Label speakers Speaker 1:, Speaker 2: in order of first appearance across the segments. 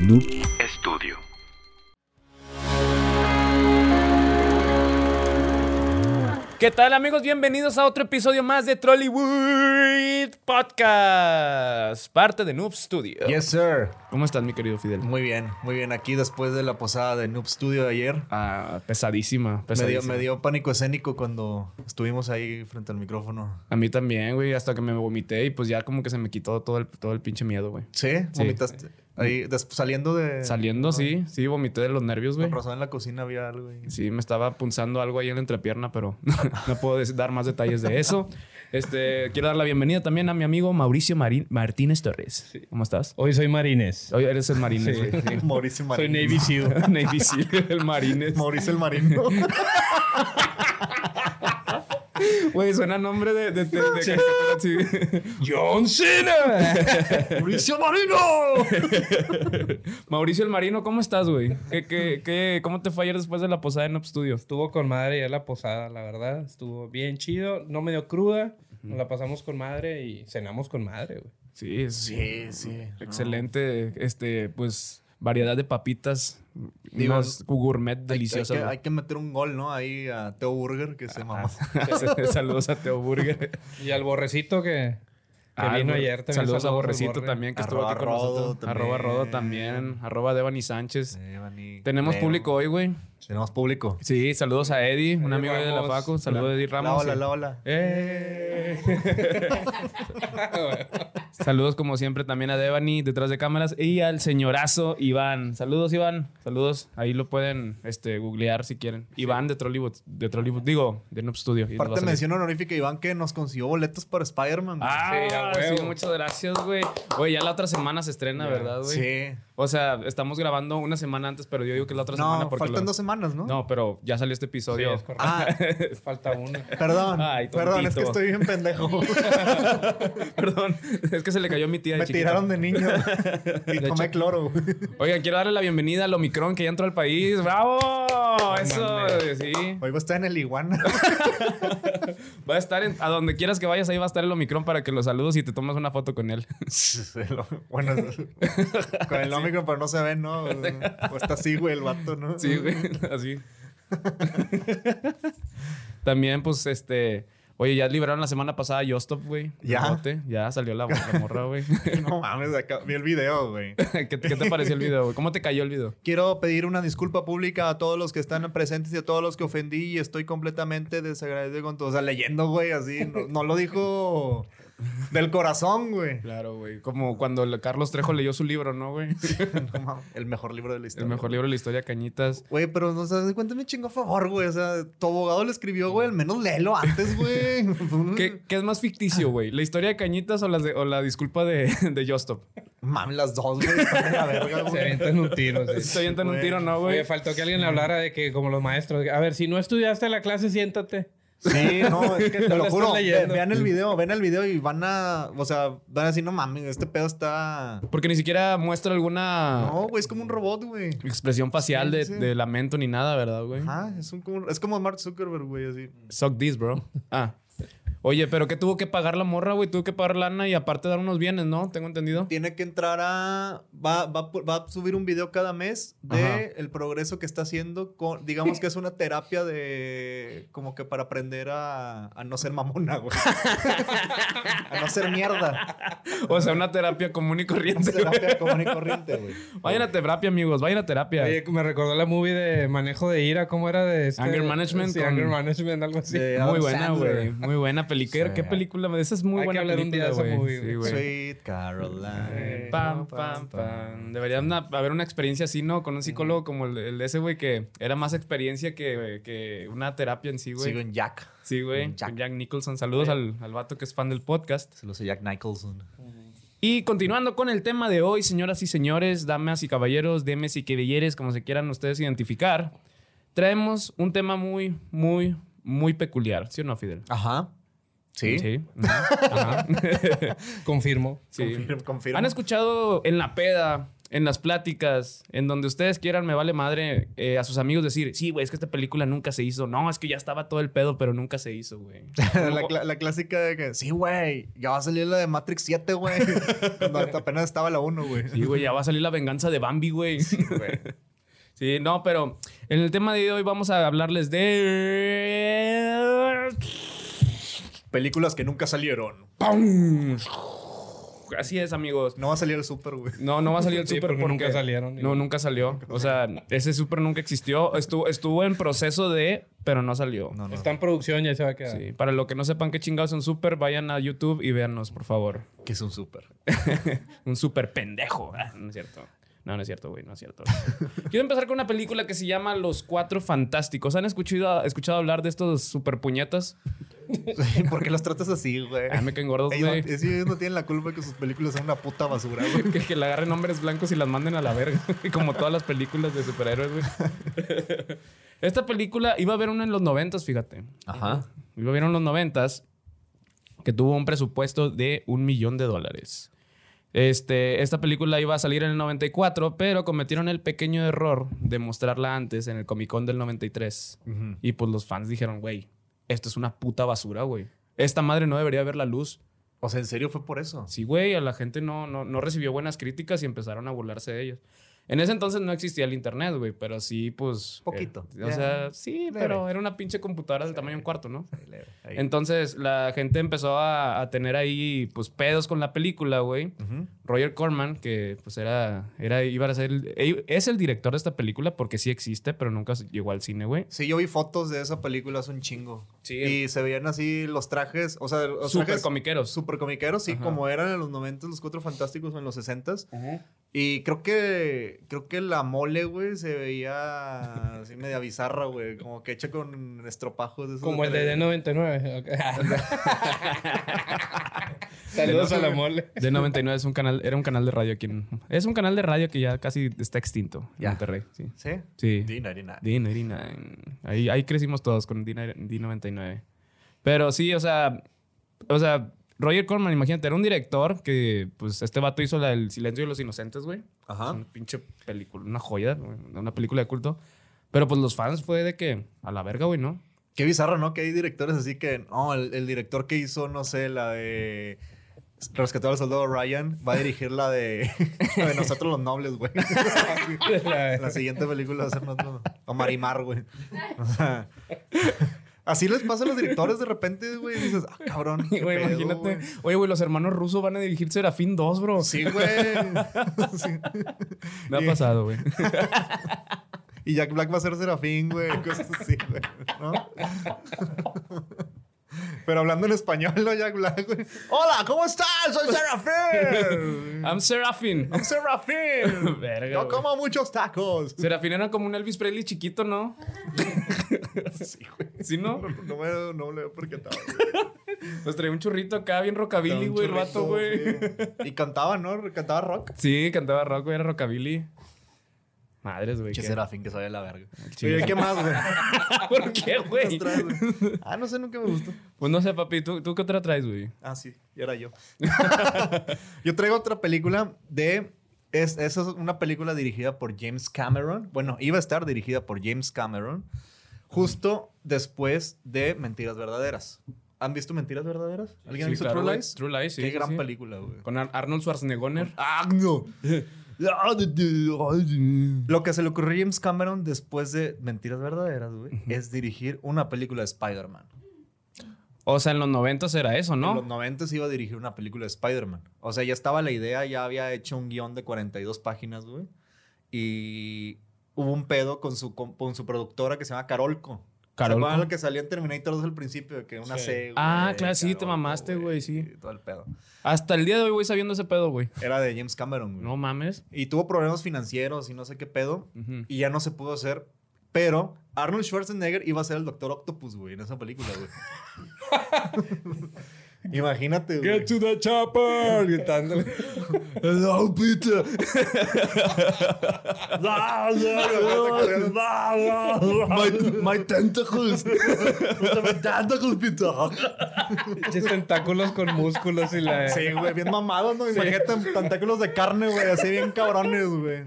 Speaker 1: Noob
Speaker 2: Estudio.
Speaker 3: ¿Qué tal amigos? Bienvenidos a otro episodio más de Trollywood Podcast, parte de Noob Studio.
Speaker 4: Yes, sir.
Speaker 3: ¿Cómo estás mi querido Fidel?
Speaker 4: Muy bien, muy bien. Aquí después de la posada de Noob Studio de ayer,
Speaker 3: Ah, pesadísima,
Speaker 4: me dio,
Speaker 3: pesadísima.
Speaker 4: me dio pánico escénico cuando estuvimos ahí frente al micrófono.
Speaker 3: A mí también, güey, hasta que me vomité y pues ya como que se me quitó todo el, todo el pinche miedo, güey.
Speaker 4: ¿Sí?
Speaker 3: Sí.
Speaker 4: ¿Vomitaste? Ahí, des- saliendo de...
Speaker 3: Saliendo,
Speaker 4: no,
Speaker 3: sí, sí, vomité de los nervios, güey.
Speaker 4: Con razón en la cocina había algo. ahí.
Speaker 3: Sí, me estaba punzando algo ahí en la entrepierna, pero no puedo des- dar más detalles de eso. Este, quiero dar la bienvenida también a mi amigo Mauricio Marín- Martínez Torres. ¿Cómo estás?
Speaker 5: Hoy soy Marines.
Speaker 3: Hoy eres el Marines,
Speaker 5: Sí.
Speaker 3: güey.
Speaker 4: Mauricio el
Speaker 5: Soy
Speaker 4: marino.
Speaker 5: Navy SEAL.
Speaker 3: Navy Seal, el Marines.
Speaker 4: Mauricio el marino.
Speaker 3: Güey, suena nombre de... de, de, de- sí. ¡John Cena!
Speaker 4: ¡Mauricio marino!
Speaker 3: Mauricio el Marino, ¿cómo estás, güey? ¿Qué, qué, qué, ¿Cómo te fue ayer después de la posada en Up Studio?
Speaker 5: Estuvo con madre ya la posada, la verdad. Estuvo bien chido. No me dio cruda. Nos la pasamos con madre y cenamos con madre, güey.
Speaker 3: Sí, sí.
Speaker 4: Sí, sí.
Speaker 3: Excelente, este, pues, variedad de papitas.
Speaker 4: Digo,
Speaker 3: unas gourmet deliciosas.
Speaker 4: Hay que,
Speaker 3: güey. Ah,
Speaker 4: hay que meter un gol, ¿no? Ahí a Teo Burger, que se mamó.
Speaker 3: Saludos a Teo Burger.
Speaker 5: Y al borrecito que, que
Speaker 3: Ah,
Speaker 5: vino
Speaker 3: güey.
Speaker 5: ayer también.
Speaker 3: Saludos a
Speaker 5: al
Speaker 3: Borrecito
Speaker 5: borre.
Speaker 3: también, que
Speaker 4: Arroba
Speaker 3: estuvo aquí con
Speaker 4: Rodo
Speaker 3: nosotros.
Speaker 4: también.
Speaker 3: Arroba Rodo también. Arroba Devani Sánchez.
Speaker 4: Sí, Vani.
Speaker 3: Tenemos
Speaker 4: Leo.
Speaker 3: público hoy, güey.
Speaker 4: Tenemos público.
Speaker 3: Sí, saludos a Eddie, un
Speaker 5: Eddie
Speaker 3: amigo de la
Speaker 5: Ramos.
Speaker 3: Facu. Saludos a Eddie
Speaker 4: La
Speaker 3: Ramos.
Speaker 4: hola, la hola.
Speaker 3: Eh. saludos como siempre también a Devani detrás de cámaras y al señorazo Iván. Saludos Iván, saludos. Ahí lo pueden este, googlear si quieren. Iván de Trollywood, de Trollywood, digo, de Noob Studio. Y les va a
Speaker 4: Aparte,
Speaker 3: salir.
Speaker 4: mención honorífica, Iván, que nos consiguió boletos para Spider-Man. güey.
Speaker 3: Ah,
Speaker 5: Sí, a
Speaker 3: sí,
Speaker 5: huevo.
Speaker 3: muchas gracias, güey. Güey, ya la otra semana se estrena, ¿verdad, güey?
Speaker 4: sí.
Speaker 3: O sea, estamos grabando una semana antes, pero yo digo que es la otra semana
Speaker 4: No,
Speaker 3: porque
Speaker 4: faltan
Speaker 3: lo-
Speaker 4: dos semanas, ¿no?
Speaker 3: No, pero ya salió este
Speaker 5: Sí,
Speaker 3: episodio.
Speaker 5: es correcto.
Speaker 4: Ah,
Speaker 5: Falta una.
Speaker 4: perdón.
Speaker 3: Ay,
Speaker 4: perdón, es que
Speaker 3: tontito.
Speaker 4: estoy bien pendejo.
Speaker 3: Perdón, es que se le cayó a mi tía de
Speaker 4: Me
Speaker 3: chiquita.
Speaker 4: tiraron de niño y
Speaker 3: De
Speaker 4: tomé
Speaker 3: hecho-
Speaker 4: cloro. güey.
Speaker 3: Oigan, quiero darle la bienvenida al Omicron que ya entró al país. ¡Bravo! Eso,
Speaker 5: mames.
Speaker 3: sí.
Speaker 4: Hoy voy a estar en el iguana.
Speaker 3: Va a estar en, a donde quieras que vayas, ahí va a estar el Omicron para que lo saludes y te tomes una foto con él.
Speaker 4: bueno, con el Omicron, pero no se ve, ¿no? O está así, güey, el vato, ¿no?
Speaker 3: Sí, güey, así. También, pues, este. Oye, ya liberaron la semana pasada a Yostop, güey.
Speaker 4: ¿Ya?
Speaker 3: Rebote. Ya salió la, la morra, güey.
Speaker 4: No mames, acá vi el video, güey.
Speaker 3: ¿Qué, qué te pareció el video, güey? ¿Cómo te cayó el video?
Speaker 4: Quiero pedir una disculpa pública a todos los que están presentes y a todos los que ofendí y estoy completamente desagradecido con todo. O sea, leyendo, güey, así. No, no lo dijo del corazón, güey.
Speaker 3: Claro, güey. Como cuando el Carlos Trejo leyó su libro, ¿no, güey?
Speaker 4: No mames, el mejor libro de la
Speaker 3: El
Speaker 4: historia.
Speaker 3: mejor libro de la historia, Cañitas.
Speaker 4: Güey, pero no sabes, cuéntame chingo a favor, güey. O sea, tu abogado lo escribió, güey. Al menos léelo antes, güey.
Speaker 3: ¿Qué,
Speaker 5: Mm.
Speaker 3: qué es más ficticio, güey? ¿La historia de Cañitas o, las de- o la disculpa de, de Yostop?
Speaker 4: Mami, las dos, güey. están de la verga,
Speaker 5: Se
Speaker 4: güey.
Speaker 5: avientan un tiro. sí.
Speaker 3: Se avientan un
Speaker 4: Pues, Güey.
Speaker 3: tiro, ¿no, güey?
Speaker 5: Oye, faltó que alguien hablara de que, como los maestros, a ver, si no estudiaste la clase, siéntate.
Speaker 4: Sí, no, es que te
Speaker 5: No
Speaker 4: lo
Speaker 5: lo
Speaker 4: juro.
Speaker 5: estoy
Speaker 4: ve-
Speaker 5: leyendo.
Speaker 4: vean el video, vean el video y van a. O sea, van a decir, no mames, este pedo está.
Speaker 3: Porque ni siquiera muestra alguna
Speaker 4: No, güey, es como un robot, güey.
Speaker 3: expresión facial
Speaker 4: Sí,
Speaker 3: de,
Speaker 4: sí.
Speaker 3: de lamento ni nada, ¿verdad, güey?
Speaker 4: Ajá, es, un, como, es como Mark Zuckerberg, güey, así.
Speaker 3: Suck this, bro. Ah. Oye, pero ¿qué tuvo que pagar la morra, güey? Tuvo que pagar lana y aparte dar unos bienes, ¿no? Tengo entendido.
Speaker 4: Tiene que entrar a. Va, va, por- va a subir un video cada mes de
Speaker 3: Ajá.
Speaker 4: el progreso que está haciendo. Con, digamos que es una terapia de. Como que para aprender a, a no ser mamona, güey. a no ser mierda.
Speaker 3: O sea, una terapia común y corriente.
Speaker 4: terapia común y corriente, güey.
Speaker 3: Vayan a terapia, amigos. Vayan a terapia.
Speaker 5: Oye, me recordó la movie de manejo de ira, ¿cómo era de este?
Speaker 3: Anger Management
Speaker 5: Sí,
Speaker 3: con-
Speaker 5: Anger Management, algo así.
Speaker 4: De-
Speaker 3: muy
Speaker 4: Adam
Speaker 3: buena,
Speaker 4: Sandler.
Speaker 3: güey. Muy buena película.
Speaker 4: Sí.
Speaker 3: ¿Qué película? Esa es muy
Speaker 5: Hay que
Speaker 3: buena
Speaker 5: hablar un día
Speaker 3: película,
Speaker 5: de
Speaker 3: güey.
Speaker 5: esa movie,
Speaker 3: Sí,
Speaker 5: güey.
Speaker 3: güey.
Speaker 4: Sweet Caroline.
Speaker 3: Pam, pam, pam. Debería na- haber una experiencia así, ¿no? Con un psicólogo como el, el de ese, güey, que era más experiencia que, que una terapia en sí, güey.
Speaker 4: Sigo en Jack.
Speaker 3: Sí, güey.
Speaker 4: Con Jack.
Speaker 3: Con Jack Nicholson. Saludos al, al vato que es fan del podcast.
Speaker 4: Se lo sé Jack Nicholson.
Speaker 3: Y continuando con el tema de hoy, señoras y señores, damas y caballeros, demes y caballeres, como se quieran ustedes identificar, traemos un tema muy, muy, muy peculiar. ¿Sí o no, Fidel?
Speaker 4: Ajá. Sí.
Speaker 3: Sí. Ajá. Ajá.
Speaker 5: Confirmo.
Speaker 3: Sí.
Speaker 4: Confirmo.
Speaker 3: ¿Han escuchado en la peda en las pláticas, en donde ustedes quieran, me vale madre eh, a sus amigos decir, sí, güey, es que esta película nunca se hizo. No, es que ya estaba todo el pedo, pero nunca se hizo, güey.
Speaker 4: la, cla- la clásica de que, sí, güey, ya va a salir la de Matrix 7, güey. Cuando apenas estaba la 1, güey.
Speaker 3: Sí, güey, ya va a salir la venganza de Bambi, güey.
Speaker 4: güey.
Speaker 3: Sí, no, pero en el tema de hoy vamos a hablarles de...
Speaker 4: Películas que nunca salieron.
Speaker 3: ¡Pum! Así es, amigos.
Speaker 4: No va a salir el Super, güey.
Speaker 3: No, no va a salir el
Speaker 5: Sí,
Speaker 3: Super
Speaker 5: porque
Speaker 3: porque,
Speaker 5: nunca salieron.
Speaker 3: No, nunca salió. O sea, ese Super nunca existió. Estuvo, estuvo en proceso de, pero no salió.
Speaker 4: No, no.
Speaker 5: Está en producción, ya se va a quedar.
Speaker 3: Sí, para los que no sepan qué chingados es un Super, vayan a YouTube y véannos, por favor.
Speaker 4: Que es un Super.
Speaker 3: Un Super pendejo. Ah, no es cierto. No, no es cierto, güey, no es cierto. Quiero empezar con una película que se llama Los Cuatro Fantásticos. ¿Han escuchado, escuchado hablar de estos super puñetas?
Speaker 4: ¿Por qué los tratas así, güey?
Speaker 3: Ah, me caen gordos,
Speaker 4: Ellos no,
Speaker 3: güey.
Speaker 4: ellos no tienen la culpa que sus películas sean una puta basura, güey.
Speaker 3: Que, que le agarren hombres blancos y las manden a la verga. Como todas las películas de superhéroes, güey. Esta película iba a haber una en los noventas, fíjate.
Speaker 4: Ajá.
Speaker 3: Iba a haber una en los noventas que tuvo un presupuesto de un millón de dólares. Este, esta película iba a salir en el 94, pero cometieron el pequeño error de mostrarla antes en el Comic Con del 93. Y pues los fans dijeron, güey, esto es una puta basura, güey. Esta madre no debería ver la luz.
Speaker 4: O sea, ¿en serio fue por eso?
Speaker 3: Sí, güey, a la gente no, no, no recibió buenas críticas y empezaron a burlarse de ellos. En ese entonces no existía el internet, güey, pero sí, pues.
Speaker 4: Poquito.
Speaker 3: eh, o sea, sí,
Speaker 4: Leve.
Speaker 3: pero era una pinche computadora del tamaño de un cuarto, ¿no?
Speaker 4: Ahí.
Speaker 3: Entonces la gente empezó a, a tener ahí, pues, pedos con la película, güey.
Speaker 4: Ujú.
Speaker 3: Roger Corman, que pues era, era, iba a ser, el- e- es el director de esta película porque sí existe, pero nunca llegó al cine, güey.
Speaker 4: Sí, yo vi fotos de esa película hace un chingo.
Speaker 3: Sí.
Speaker 4: Y se veían así los trajes, o sea, los
Speaker 3: Super
Speaker 4: trajes
Speaker 3: comiqueros.
Speaker 4: super comiqueros, sí,
Speaker 3: Ajá.
Speaker 4: como eran en los 90 los Cuatro Fantásticos o en los 60
Speaker 5: Ajá.
Speaker 4: Y creo que creo que la mole, güey, se veía así media bizarra, güey, como que hecha con estropajos de esos
Speaker 5: Como el de
Speaker 4: tele-
Speaker 5: D99. ok. Saludos a la mole.
Speaker 3: De 99 es un canal, era un canal de radio aquí en- Es un canal de radio que ya casi está extinto en
Speaker 4: Ya.
Speaker 3: Monterrey. Sí.
Speaker 4: ¿Sí?
Speaker 3: sí.
Speaker 4: Dina, Dina.
Speaker 3: D99. Ahí, ahí crecimos todos con D9- D99. Pero sí, o sea. O sea, Roger Corman, imagínate, era un director que, pues, este vato hizo la del Silencio de los Inocentes, güey. Es
Speaker 4: Ajá.
Speaker 3: Una pinche película, una joya, güey, una película de culto. Pero pues los fans fue de que, a la verga, güey, ¿no?
Speaker 4: Qué bizarro, ¿no? Que hay directores así que, no, el, el director que hizo, no sé, la de Rescató al Soldado Ryan, va a dirigir la de, la de Nosotros los Nobles, güey. La siguiente película va a ser nosotros. O Marimar, güey. O sea, así les pasa a los directores de repente, güey. y Dices, ah, cabrón.
Speaker 3: Y,
Speaker 4: qué
Speaker 3: Güey,
Speaker 4: pedo,
Speaker 3: imagínate.
Speaker 4: güey".
Speaker 3: Oye, güey, los hermanos rusos van a dirigir Serafín 2, bro.
Speaker 4: Sí, güey. Sí.
Speaker 3: Me ha
Speaker 4: Y-
Speaker 3: pasado, güey.
Speaker 4: Y Jack Black va a ser Serafín, güey. Cosas así, güey. ¿No? Pero hablando en español, ¿no, Jack Black, güey? Hola, ¿cómo estás? Soy Serafín.
Speaker 3: I'm Serafín.
Speaker 4: I'm Serafín.
Speaker 3: Verga,
Speaker 4: Yo
Speaker 3: güey.
Speaker 4: como muchos tacos.
Speaker 3: Serafín era como un Elvis Presley chiquito, ¿no?
Speaker 4: Sí, güey.
Speaker 3: ¿Sí, no?
Speaker 4: No, no me, no me porque estaba.
Speaker 3: Nos Pues traía un churrito acá, bien rockabilly, güey, el vato, güey.
Speaker 4: Y cantaba, ¿no? Cantaba rock.
Speaker 3: Sí, cantaba rock, güey, era rockabilly. Madres, güey.
Speaker 4: Che
Speaker 3: qué-
Speaker 4: Serafín, que sabía la verga.
Speaker 3: chile.
Speaker 4: Oye, ¿qué más, güey?
Speaker 3: ¿Por qué, güey?
Speaker 4: ¿Qué más traes, güey? ah, no sé, nunca me gustó.
Speaker 3: Pues no sé, papi, ¿tú, tú qué otra traes, güey?
Speaker 4: Ah, sí, y era yo. yo traigo otra película de... Es, esa es una película dirigida por James Cameron. Bueno, iba a estar dirigida por James Cameron justo después de Mentiras Verdaderas. ¿Han visto Mentiras Verdaderas? ¿Alguien ha
Speaker 3: Sí,
Speaker 4: visto
Speaker 3: claro,
Speaker 4: True
Speaker 3: güey.
Speaker 4: Lies?
Speaker 3: True Lies, sí.
Speaker 4: Qué
Speaker 3: sí, Ah,
Speaker 4: gran
Speaker 3: sí.
Speaker 4: película, güey.
Speaker 3: Con Ar- Arnold Schwarzenegger.
Speaker 4: ¡Agno! Lo que se le ocurrió a James Cameron después de Mentiras Verdaderas, güey, es dirigir una película de Spider-Man.
Speaker 3: O sea, en los noventas era eso,
Speaker 4: En los
Speaker 3: ¿no?
Speaker 4: 90 iba a dirigir una película de Spider-Man. O sea, ya estaba la idea, ya había hecho un guión de 42 páginas, güey. Y hubo un pedo con su, con, con su productora que se llama Carolco.
Speaker 3: Carolco.
Speaker 4: ¿Se acuerdan la que salía en Terminator 2 al principio? Que una
Speaker 5: Sí.
Speaker 4: C, güey,
Speaker 3: Ah, claro, sí, te
Speaker 4: Carolco,
Speaker 3: mamaste, güey, sí.
Speaker 4: y Todo el pedo.
Speaker 3: Hasta el día de hoy, güey, sabiendo ese pedo, güey.
Speaker 4: Era de James Cameron, güey.
Speaker 3: No mames.
Speaker 4: Y tuvo problemas financieros y no sé qué pedo.
Speaker 3: Ujú.
Speaker 4: Y ya no se pudo hacer. Pero Arnold Schwarzenegger iba a ser el Doctor Octopus, güey, en esa película, güey. Imagínate, güey.
Speaker 5: Get to the chopper. Gritándole.
Speaker 4: No, pizza. my, my tentacles. my tentacles, pizza.
Speaker 5: Pinches tentáculos con músculos y la.
Speaker 4: Sí, güey, bien mamados, ¿no? Imagínate tentáculos de carne, güey, así bien cabrones, güey.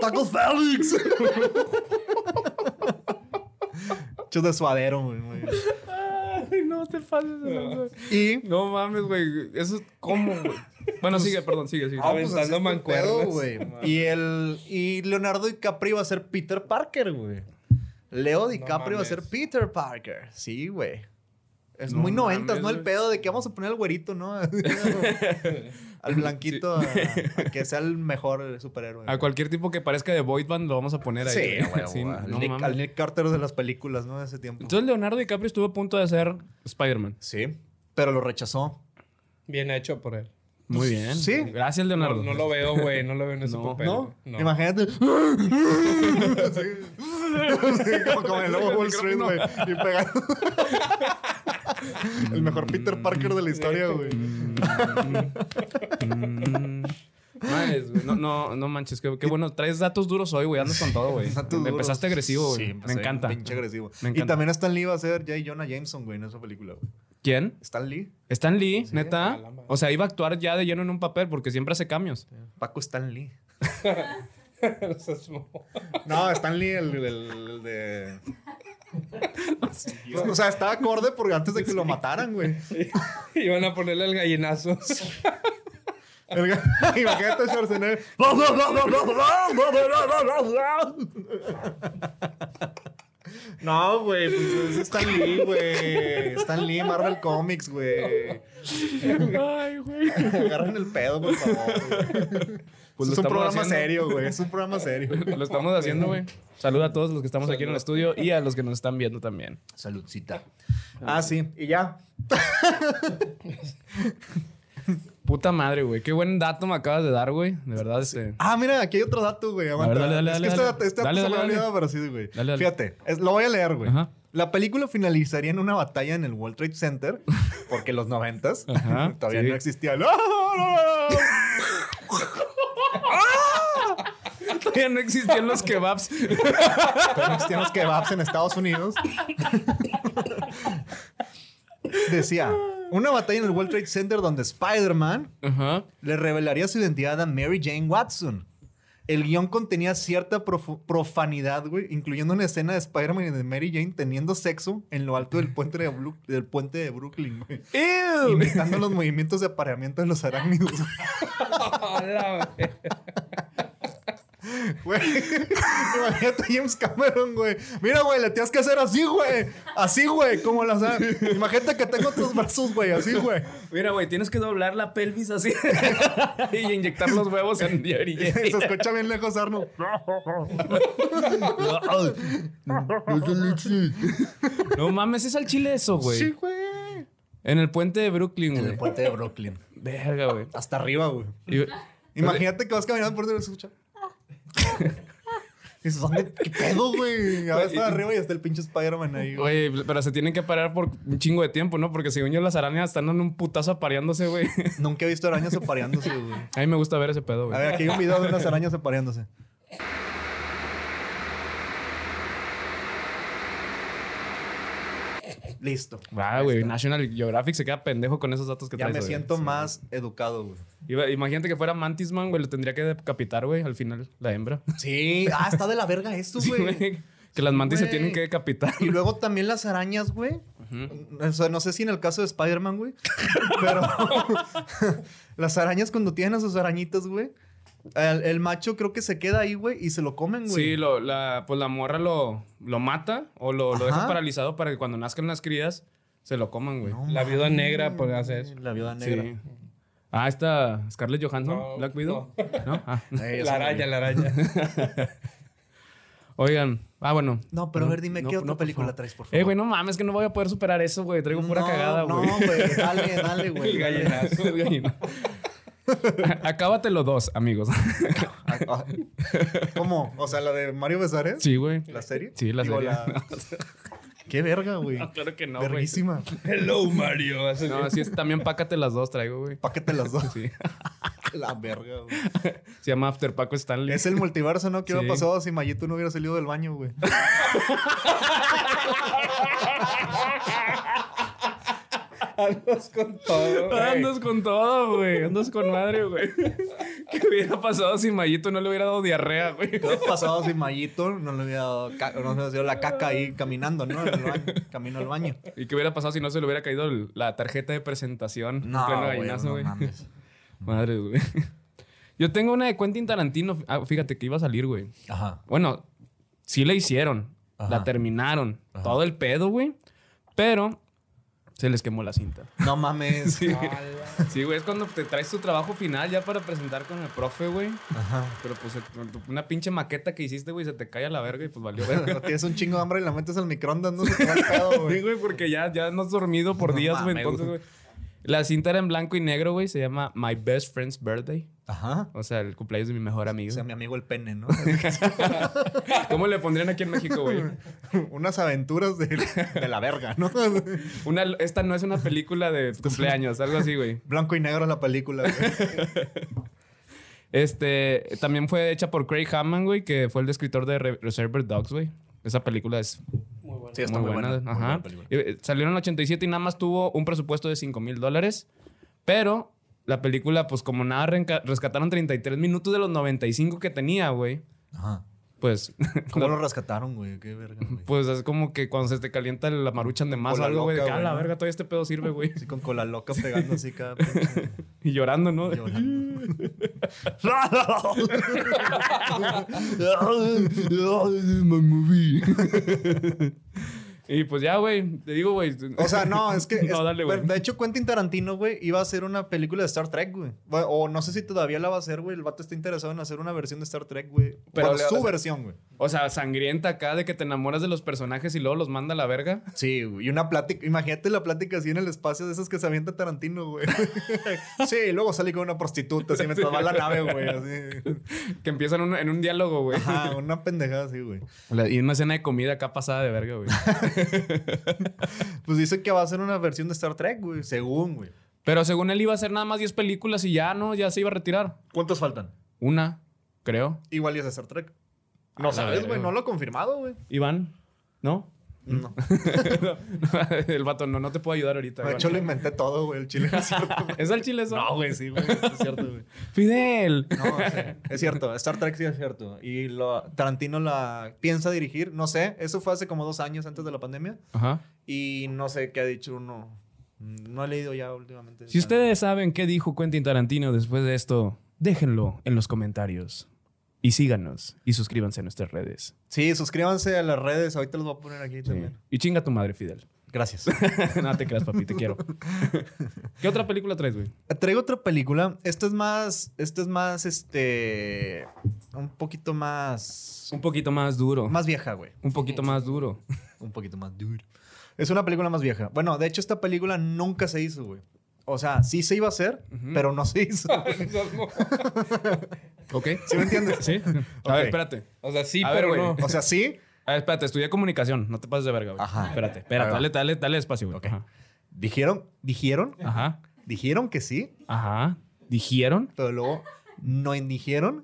Speaker 4: Tacos Félix. Chos de suadero, güey. güey.
Speaker 3: Ay, no te pases de lanza.
Speaker 4: Y
Speaker 3: No mames, güey. Eso es cómo, güey. Bueno, sigue, perdón, sigue, sigue.
Speaker 5: Ah, pues,
Speaker 4: así
Speaker 5: Aventando
Speaker 4: es tu
Speaker 5: mancuernas.
Speaker 4: pedo, güey. Y el y Leonardo DiCaprio va a ser Peter Parker, güey. Leo DiCaprio va a
Speaker 5: mames.
Speaker 4: ser Peter Parker. Sí, güey. Es
Speaker 3: No
Speaker 4: muy noventas,
Speaker 3: mames,
Speaker 4: ¿no? El
Speaker 3: güey.
Speaker 4: pedo de que vamos a poner al güerito, ¿no? al blanquito a, a que sea el mejor superhéroe.
Speaker 3: A cualquier tipo que parezca de Void Band lo vamos a poner ahí.
Speaker 4: Sí,
Speaker 3: güey.
Speaker 4: güey,
Speaker 3: Sí,
Speaker 4: güey.
Speaker 3: no
Speaker 4: Nick-
Speaker 3: mames.
Speaker 4: al Nick Carter de las películas, ¿no? De ese tiempo.
Speaker 3: Entonces Leonardo DiCaprio estuvo a punto de ser Spider-Man.
Speaker 4: sí, pero lo rechazó.
Speaker 5: Bien hecho por él.
Speaker 3: Muy bien.
Speaker 4: sí.
Speaker 3: Gracias,
Speaker 5: No,
Speaker 3: Leonardo.
Speaker 5: no lo veo, güey. No lo veo en ese
Speaker 3: No.
Speaker 5: papel.
Speaker 4: ¿No?
Speaker 5: güey. No.
Speaker 4: Imagínate. Sí. Sí, como, como el lobo de Wall Street, güey. Y pegando. el mejor Peter Parker de la historia, güey.
Speaker 3: Mm. Mames, güey. no, no, no manches, qué, qué bueno. Traes datos duros hoy, güey. Andas con todo, güey.
Speaker 4: Tantos duros.
Speaker 3: Empezaste agresivo,
Speaker 4: Sí,
Speaker 3: güey. Me
Speaker 4: empecé
Speaker 3: encanta.
Speaker 4: Pinche agresivo.
Speaker 3: Me
Speaker 4: Y
Speaker 3: encanta.
Speaker 4: también Stan Lee va a ser J. Jonah Jameson, güey, en esa película, güey.
Speaker 3: ¿Quién?
Speaker 4: Stan Lee.
Speaker 3: Stan Lee,
Speaker 4: Sí,
Speaker 5: a
Speaker 3: neta.
Speaker 5: la madre.
Speaker 3: O sea, iba a actuar ya de lleno en un papel porque siempre hace cambios.
Speaker 4: Paco Stan Lee.
Speaker 5: No seas mo-
Speaker 4: No, Stan Lee, el, el- el de. o sea, estaba acorde porque antes de que lo mataran, güey.
Speaker 5: Iban a ponerle el gallinazo.
Speaker 4: El ga- Imagínate a Schwarzenegger. No, güey, pues es Stan Lee, güey. Stan Lee, Marvel Comics, güey.
Speaker 3: Ay, güey.
Speaker 4: Agarren el pedo, por favor. güey.
Speaker 3: Pues lo
Speaker 4: es un
Speaker 3: estamos
Speaker 4: programa
Speaker 3: haciendo.
Speaker 4: serio, güey. Es un programa serio.
Speaker 3: Lo estamos haciendo, güey. Saluda a todos los que estamos aquí en el estudio y a los que nos están viendo también.
Speaker 4: Saludcita. Ah, sí, y ya.
Speaker 3: Puta madre, güey. Qué buen dato me acabas de dar, güey. De verdad, este.
Speaker 4: Ah, mira, aquí hay otro dato, güey. aguanta.
Speaker 3: ver, dale, dale,
Speaker 4: es
Speaker 3: dale,
Speaker 4: que este
Speaker 3: dale.
Speaker 4: dato, este dato
Speaker 3: Dale,
Speaker 4: se me
Speaker 3: dale,
Speaker 4: olvidaba,
Speaker 3: dale.
Speaker 4: pero sí, güey.
Speaker 3: Dale, dale.
Speaker 4: Fíjate, es- lo voy a leer, güey.
Speaker 3: Ajá.
Speaker 4: La película finalizaría en una batalla en el World Trade Center, porque los noventas
Speaker 3: Ajá,
Speaker 4: todavía
Speaker 3: sí.
Speaker 4: no existía. el- ¡Ah, no, no, no!
Speaker 3: Todavía no existían los kebabs.
Speaker 4: Todavía no existían los kebabs en Estados Unidos. Decía, una batalla en el World Trade Center donde Spider-Man
Speaker 3: Ajá.
Speaker 4: le revelaría su identidad a Mary Jane Watson. El guión contenía cierta profu- profanidad, güey, incluyendo una escena de Spider-Man y de Mary Jane teniendo sexo en lo alto del puente de, Blu- del puente de Brooklyn, güey.
Speaker 3: ¡Ew!
Speaker 4: Imitando los movimientos de apareamiento de los arácnidos,
Speaker 5: A la ver-
Speaker 4: güey. Imagínate a James Cameron, güey. Mira, güey, le tienes que hacer así, güey. Así, güey, como las... ah, Imagínate que tengo otros brazos, güey, así, güey.
Speaker 3: Mira, güey, tienes que doblar la pelvis así y inyectar los huevos en la orilla.
Speaker 4: Se escucha bien lejos, Arnold.
Speaker 3: No mames, es al chile eso, güey.
Speaker 4: Sí, güey.
Speaker 3: En el puente de Brooklyn,
Speaker 4: En el
Speaker 3: güey.
Speaker 4: puente de Brooklyn.
Speaker 3: Verga, güey.
Speaker 4: Hasta arriba, güey.
Speaker 3: Y-
Speaker 4: Imagínate que vas caminando por dentro y se escucha. Y dices, ¿dónde? ¿Qué pedo, güey? A veces está arriba y está el pinche Spider-Man ahí, güey.
Speaker 3: Güey, pero se tienen que parar por un chingo de tiempo, ¿no? Porque según yo las arañas están dando un putazo apareándose, güey.
Speaker 4: Nunca he visto arañas apareándose, güey.
Speaker 3: A mí me gusta ver ese pedo,
Speaker 4: A
Speaker 3: güey.
Speaker 4: ver, aquí hay un video de unas arañas apareándose. Listo.
Speaker 3: Ah, güey, National Geographic se queda pendejo con esos datos que
Speaker 4: Ya
Speaker 3: traes,
Speaker 4: me
Speaker 3: güey.
Speaker 4: siento más educado, güey.
Speaker 3: Iba- imagínate que fuera Mantis Man, güey, lo tendría que decapitar, güey, al final, la hembra.
Speaker 4: Sí. Ah, está de la verga esto,
Speaker 3: Sí,
Speaker 4: güey.
Speaker 3: güey. que las mantis
Speaker 4: güey.
Speaker 3: se tienen que decapitar.
Speaker 4: Y luego también las arañas, güey. O sea, no sé si en el caso de Spider-Man, güey. Pero las arañas cuando tienen a sus arañitas, güey. El, el macho creo que se queda ahí, güey, y se lo comen, güey.
Speaker 3: Sí, lo, la, pues la morra lo, lo mata o lo, lo
Speaker 4: Ajá.
Speaker 3: deja paralizado para que cuando nazcan las crías se lo coman, güey.
Speaker 4: No
Speaker 5: La viuda
Speaker 4: mames,
Speaker 5: negra
Speaker 3: pues,
Speaker 5: puede hacer eso.
Speaker 4: La viuda negra.
Speaker 3: sí. Ah, esta Scarlett Johansson,
Speaker 5: No,
Speaker 3: Black Widow.
Speaker 5: no.
Speaker 3: No. Ah.
Speaker 4: Eh,
Speaker 5: La
Speaker 4: esa
Speaker 5: araña,
Speaker 4: güey.
Speaker 5: la araña.
Speaker 3: Oigan, ah, bueno.
Speaker 4: No, pero a ver, dime,
Speaker 3: No,
Speaker 4: ¿qué
Speaker 3: no,
Speaker 4: otra
Speaker 3: por
Speaker 4: película
Speaker 3: favor.
Speaker 4: traes, por favor?
Speaker 3: Eh, güey, no mames, que no voy a poder superar eso, güey. Traigo pura
Speaker 4: No,
Speaker 3: cagada, güey.
Speaker 4: No, güey, dale, dale,
Speaker 5: El
Speaker 4: güey.
Speaker 5: gallinazo.
Speaker 3: El gallino. Acábatelo dos, amigos.
Speaker 4: Ah, ah. ¿Cómo? O sea, la de Mario Besares.
Speaker 3: Sí, güey.
Speaker 4: ¿La serie?
Speaker 3: Sí, la
Speaker 4: Digo,
Speaker 3: serie.
Speaker 4: la- Qué verga, güey.
Speaker 3: No, claro que no, güey.
Speaker 4: Verguísima.
Speaker 5: Hello, Mario. Así-
Speaker 3: No, así es. También pácate las dos, traigo, güey.
Speaker 4: Páquete las dos.
Speaker 3: Sí.
Speaker 4: La verga, güey.
Speaker 3: Se llama After Paco Stanley.
Speaker 4: Es el multiverso, ¿no? ¿Qué
Speaker 3: Sí.
Speaker 4: hubiera pasado si Mayito no hubiera salido del baño, güey?
Speaker 5: Andas con todo. güey.
Speaker 3: Andas con todo, güey. Andas con madre, güey. ¿Qué hubiera pasado si Mayito no le hubiera dado diarrea, güey?
Speaker 4: ¿Qué hubiera pasado si Mayito no le hubiera dado, ca- no se hubiera dado la caca ahí caminando, ¿no? En el baño, camino al baño.
Speaker 3: ¿Y qué hubiera pasado si no se le hubiera caído el- la tarjeta de presentación? en
Speaker 4: No,
Speaker 3: pleno
Speaker 4: güey,
Speaker 3: gallinazo,
Speaker 4: no
Speaker 3: güey?
Speaker 4: mames.
Speaker 3: Madre, güey. Yo tengo una de Quentin Tarantino. Ah, fíjate que iba a salir, güey.
Speaker 4: Ajá.
Speaker 3: Bueno, sí la hicieron.
Speaker 4: Ajá.
Speaker 3: La terminaron.
Speaker 4: Ajá.
Speaker 3: Todo el pedo, güey. Pero se les quemó la cinta.
Speaker 4: No mames.
Speaker 3: Sí, güey.
Speaker 5: Ala.
Speaker 3: Sí, güey. Es cuando te traes tu trabajo final ya para presentar con el profe, güey.
Speaker 4: Ajá.
Speaker 3: Pero pues se- una pinche maqueta que hiciste, güey, se te cae a la verga y pues valió verga.
Speaker 4: Pero tienes un chingo de hambre y la metes al microondas, no se te va el pedo,
Speaker 3: Sí,
Speaker 4: güey.
Speaker 3: güey, porque ya, ya no has dormido por
Speaker 4: No
Speaker 3: días, güey.
Speaker 4: mames,
Speaker 3: Entonces,
Speaker 4: güey.
Speaker 3: güey. La cinta era en blanco y negro, güey. Se llama My Best Friend's Birthday.
Speaker 4: Ajá.
Speaker 3: O sea, el cumpleaños de mi mejor
Speaker 4: O
Speaker 3: amigo.
Speaker 4: sea, mi amigo el pene, ¿no?
Speaker 3: ¿Cómo le pondrían aquí en México, güey?
Speaker 4: Unas aventuras de, de la verga, ¿no?
Speaker 3: Una, esta no es una película de cumpleaños, algo así, güey.
Speaker 4: Blanco y negro es la película, güey.
Speaker 3: Este, también fue hecha por Craig Hammond, güey, que fue el escritor de Re- Reservoir Dogs, güey. Esa película es
Speaker 5: Muy bueno.
Speaker 4: Sí, está
Speaker 3: muy, buena.
Speaker 4: muy
Speaker 3: Ajá.
Speaker 4: buena película.
Speaker 3: Y, eh, Salió en el 87 y nada más tuvo un presupuesto de 5 mil dólares. Pero la película, pues como nada, renca- rescataron 33 minutos de los 95 que tenía, güey.
Speaker 4: Ajá.
Speaker 3: Pues,
Speaker 4: ¿Cómo lo rescataron, güey? Qué verga, güey.
Speaker 3: pues es como que cuando se te calienta la maruchan de más
Speaker 4: Cola
Speaker 3: algo, güey. de
Speaker 4: loca,
Speaker 3: que, "Ah,
Speaker 4: güey,
Speaker 3: la
Speaker 4: ¿no?
Speaker 3: verga, todavía este pedo sirve, güey.
Speaker 4: Así con cola loca pegando así cada pinche
Speaker 3: Y llorando, ¿no?
Speaker 4: llorando.
Speaker 3: Me moví. y pues ya, güey. Te digo, güey.
Speaker 4: O sea, no, es que.
Speaker 3: No,
Speaker 4: es-
Speaker 3: dale, güey.
Speaker 4: bueno, De hecho, Quentin Tarantino, güey, iba a hacer una película de Star Trek, güey. Bueno, O no sé si todavía la va a hacer, güey. El vato está interesado en hacer una versión de Star Trek, güey.
Speaker 3: Pero
Speaker 4: Pero
Speaker 3: le va a
Speaker 4: su
Speaker 3: hacer-
Speaker 4: versión, güey.
Speaker 3: O sea, sangrienta acá de que te enamoras de los personajes y luego los manda a la verga.
Speaker 4: Sí, güey. Y una plática. Imagínate la plática así en el espacio de esas que se avienta Tarantino, güey. sí, y luego sale con una prostituta así mientras va la nave, güey. Así.
Speaker 3: Que empiezan un- en un diálogo, güey.
Speaker 4: Ajá, una pendejada así, güey.
Speaker 3: La- Y una escena de comida acá pasada de verga, güey.
Speaker 4: Pues dice que va a hacer una versión de Star Trek, güey. Según, güey.
Speaker 3: Pero según él iba a hacer nada más 10 películas y ya, ¿no? Ya se iba a retirar.
Speaker 4: ¿Cuántos faltan?
Speaker 3: Una, creo.
Speaker 4: Igual y es de Star Trek.
Speaker 3: A
Speaker 4: No
Speaker 3: la
Speaker 4: sabes,
Speaker 3: verga,
Speaker 4: güey. No
Speaker 3: güey.
Speaker 4: lo he confirmado, güey.
Speaker 3: Iván, ¿no?
Speaker 4: No.
Speaker 3: El vato, no, no te puedo ayudar ahorita.
Speaker 4: De
Speaker 3: Iván.
Speaker 4: hecho, lo inventé todo, güey. El chile no es cierto. güey.
Speaker 3: ¿Es el chile eso?
Speaker 4: No, güey, sí, güey. Es cierto, güey.
Speaker 3: Fidel.
Speaker 4: No, sí, es cierto. Star Trek sí es cierto. Y lo, Tarantino la piensa dirigir. No sé. Eso fue hace como dos años antes de la pandemia.
Speaker 3: Ajá.
Speaker 4: Y no sé qué ha dicho uno. No he leído ya últimamente.
Speaker 3: Si ustedes saben qué dijo Quentin Tarantino después de esto, déjenlo en los comentarios. Y síganos y suscríbanse a nuestras redes.
Speaker 4: Sí, suscríbanse a las redes. Ahorita los voy a poner aquí también.
Speaker 3: Y chinga tu madre, Fidel.
Speaker 4: Gracias.
Speaker 3: no te creas, papi, te quiero. ¿Qué otra película traes, güey?
Speaker 4: Traigo otra película. Esta es más. Esta es más, este. Un poquito más.
Speaker 3: Un poquito más duro.
Speaker 4: Más vieja, güey.
Speaker 3: Un poquito más duro.
Speaker 4: Un poquito más duro. Es una película más vieja. Bueno, de hecho, esta película nunca se hizo, güey. O sea, sí se iba a hacer,
Speaker 3: Ujú.
Speaker 4: pero no se hizo.
Speaker 3: ¿Ok?
Speaker 4: ¿Sí me entiendes?
Speaker 3: ¿Sí? A
Speaker 4: Ok.
Speaker 3: ver, espérate.
Speaker 5: O sea, sí,
Speaker 3: A ver,
Speaker 5: pero
Speaker 3: güey.
Speaker 5: no.
Speaker 4: O sea, sí.
Speaker 3: A ver, espérate, estudié comunicación. No te pases de verga, güey.
Speaker 4: Ajá.
Speaker 3: Espérate,
Speaker 4: Ahí
Speaker 3: espérate.
Speaker 4: va.
Speaker 3: Dale, dale, dale espacio, güey.
Speaker 4: Ok.
Speaker 3: Ajá.
Speaker 4: Dijeron, dijeron,
Speaker 3: Ajá.
Speaker 4: dijeron que sí,
Speaker 3: Ajá. ¿Dijeron?
Speaker 4: pero luego no dijeron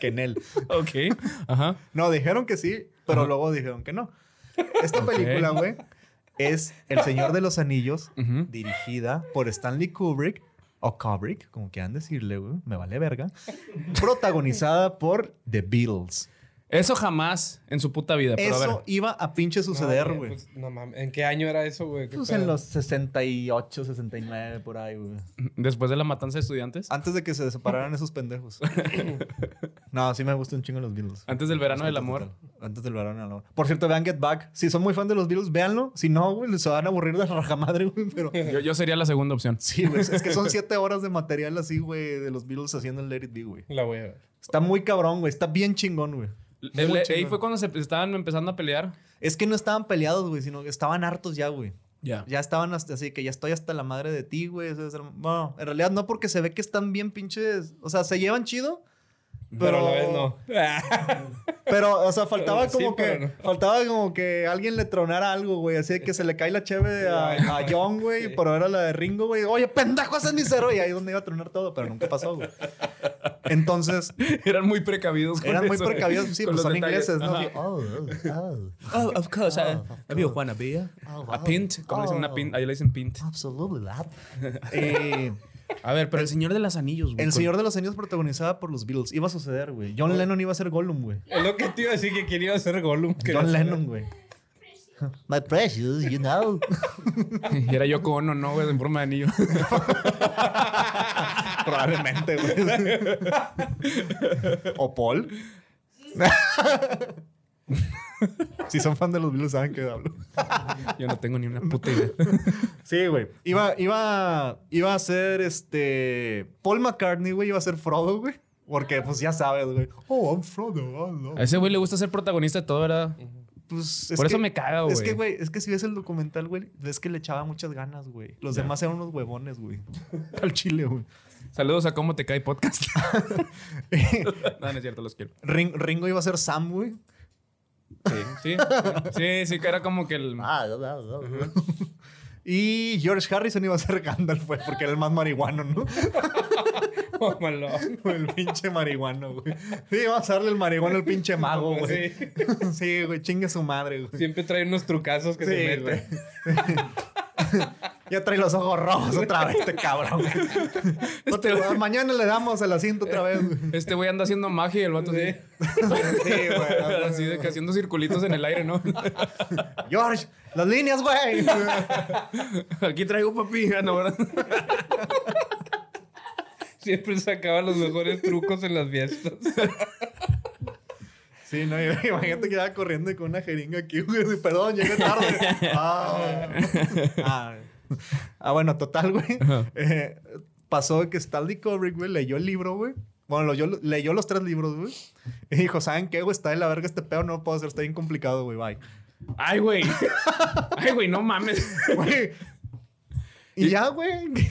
Speaker 4: que en él.
Speaker 3: Ok. Ajá.
Speaker 4: No, dijeron que sí, pero
Speaker 3: Ajá.
Speaker 4: luego dijeron que no. Esta
Speaker 3: Ok.
Speaker 4: película, güey, es El Señor de los Anillos,
Speaker 3: Ujú.
Speaker 4: dirigida por Stanley Kubrick, o Kubrick, como quieran decirle, güey, me vale verga, protagonizada por The Beatles.
Speaker 3: Eso jamás en su puta vida. Pero a
Speaker 4: Eso
Speaker 3: ver.
Speaker 4: iba a pinche suceder, güey.
Speaker 5: Pues, no mames. ¿En qué año era eso, güey? ¿Qué
Speaker 4: Pues
Speaker 5: pedo?
Speaker 4: en los 68, 69, por ahí, güey.
Speaker 3: Después de la matanza de estudiantes.
Speaker 4: Antes de que se separaran esos pendejos. no, sí me gustan un chingo los Beatles.
Speaker 3: Antes del verano del amor.
Speaker 4: Total. Antes del verano del amor. Por cierto, vean Get Back. Si son muy fan de los Beatles, véanlo. Si no, güey, se van a aburrir de la rajamadre, güey. Pero
Speaker 3: Yo, yo sería la segunda opción.
Speaker 4: sí, güey. Es que son siete horas de material así, güey, de los Beatles haciendo el Let It Be, güey.
Speaker 5: La voy a ver.
Speaker 4: Está muy cabrón, güey. Está bien chingón, güey.
Speaker 3: Eh, le- Ahí
Speaker 4: chingón.
Speaker 3: fue cuando se estaban empezando a pelear.
Speaker 4: Es que no estaban peleados, güey, sino que estaban hartos ya, güey.
Speaker 3: Ya.
Speaker 4: Ya estaban hasta así que ya estoy hasta la madre de ti, güey. Eso es el- Bueno, en realidad no porque se ve que están bien pinches. O sea, se llevan chido.
Speaker 5: Pero, a la vez no.
Speaker 4: Pero, o sea, faltaba
Speaker 5: Sí,
Speaker 4: como que.
Speaker 5: pero no.
Speaker 4: Faltaba como que alguien le tronara algo, güey. Así de que se le cae la cheve a, a John, güey. Pero era la de Ringo, güey. Oye, pendejo, ese es mi cero. Y ahí es donde iba a tronar todo, pero nunca pasó, güey. Entonces,
Speaker 3: Eran muy precavidos. con
Speaker 4: eran muy
Speaker 3: eso, güey,
Speaker 4: precavidos. Sí,
Speaker 3: con
Speaker 4: pues
Speaker 3: los
Speaker 4: son
Speaker 3: detalles.
Speaker 4: ingleses, ¿no?
Speaker 3: Ajá.
Speaker 4: Sí, Oh, oh,
Speaker 3: Oh, of course. I-
Speaker 4: of
Speaker 3: I will wanna be a-
Speaker 4: Oh,
Speaker 3: a
Speaker 4: wow.
Speaker 3: pint. Como dicen una
Speaker 4: Oh.
Speaker 3: pint. Ahí le dicen pint.
Speaker 4: oh, absolutely that. Eh,
Speaker 3: A ver, pero el señor de los anillos, güey.
Speaker 4: el
Speaker 3: con-
Speaker 4: Señor de los Anillos protagonizada por los Beatles. Iba a suceder, güey. John Lennon iba a ser Gollum, güey.
Speaker 5: Es lo que te iba a decir que quería hacer Gollum. que
Speaker 4: John
Speaker 5: era-
Speaker 4: Lennon, güey. My precious, you know.
Speaker 3: Y era yo con no, güey, en forma de anillo.
Speaker 4: Probablemente, güey. ¿O Paul? si son fan de los Beatles, saben que hablo.
Speaker 3: Yo no tengo ni una puta idea.
Speaker 4: Sí, güey. Iba, iba, iba a ser este. Paul McCartney, güey, iba a ser Frodo, güey. Porque, pues ya sabes, güey. Oh, I'm Frodo. Oh, no.
Speaker 3: A ese güey le gusta ser protagonista de todo, ¿verdad?
Speaker 4: Pues, es
Speaker 3: Por eso
Speaker 4: que-
Speaker 3: me caga,
Speaker 4: Es que,
Speaker 3: güey.
Speaker 4: güey, es que si ves el documental, güey, ves que le echaba muchas ganas, güey. Los demás eran unos huevones, güey. Al chile, güey.
Speaker 3: Saludos a Cómo Te Cae Podcast. no, no es cierto, los quiero.
Speaker 4: Ring- Ringo iba a ser Sam, güey.
Speaker 3: Sí, sí. Sí, sí, que era como que el.
Speaker 4: Ah, no, no, no. Y George Harrison iba a ser Gandalf, güey, porque era el más marihuano, ¿no?
Speaker 5: Oh, malón.
Speaker 4: El pinche marihuano, güey. Sí, iba a serle el marihuano el pinche mago, güey.
Speaker 5: Sí.
Speaker 4: Sí, güey, chingue su madre, güey.
Speaker 5: Siempre trae unos trucazos que
Speaker 4: Sí,
Speaker 5: se
Speaker 4: güey.
Speaker 5: meten.
Speaker 4: Ya trae los ojos rojos otra vez, este cabrón, güey. No te- mañana le damos el asiento otra vez, güey.
Speaker 3: Este güey anda haciendo magia y el vato así.
Speaker 4: Sí, güey.
Speaker 3: Así de que haciendo circulitos en el aire, ¿no?
Speaker 4: George, las líneas, güey.
Speaker 3: Aquí traigo papi. Ah, no, ¿verdad?
Speaker 5: Siempre sacaba los mejores trucos en las fiestas.
Speaker 4: Sí, no, imagínate que iba corriendo y con una jeringa aquí, güey. Perdón, llegué tarde. Ah, ah. Ah, bueno, total, güey. Eh, pasó que Stanley Kubrick, güey, leyó el libro, güey. Bueno, leyó, leyó los tres libros, güey. Y dijo, ¿saben qué, güey? Está de la verga este pedo, no lo puedo hacer, está bien complicado, güey, bye.
Speaker 3: Ay, güey. Ay, güey, no mames.
Speaker 4: Güey. Y ya, güey.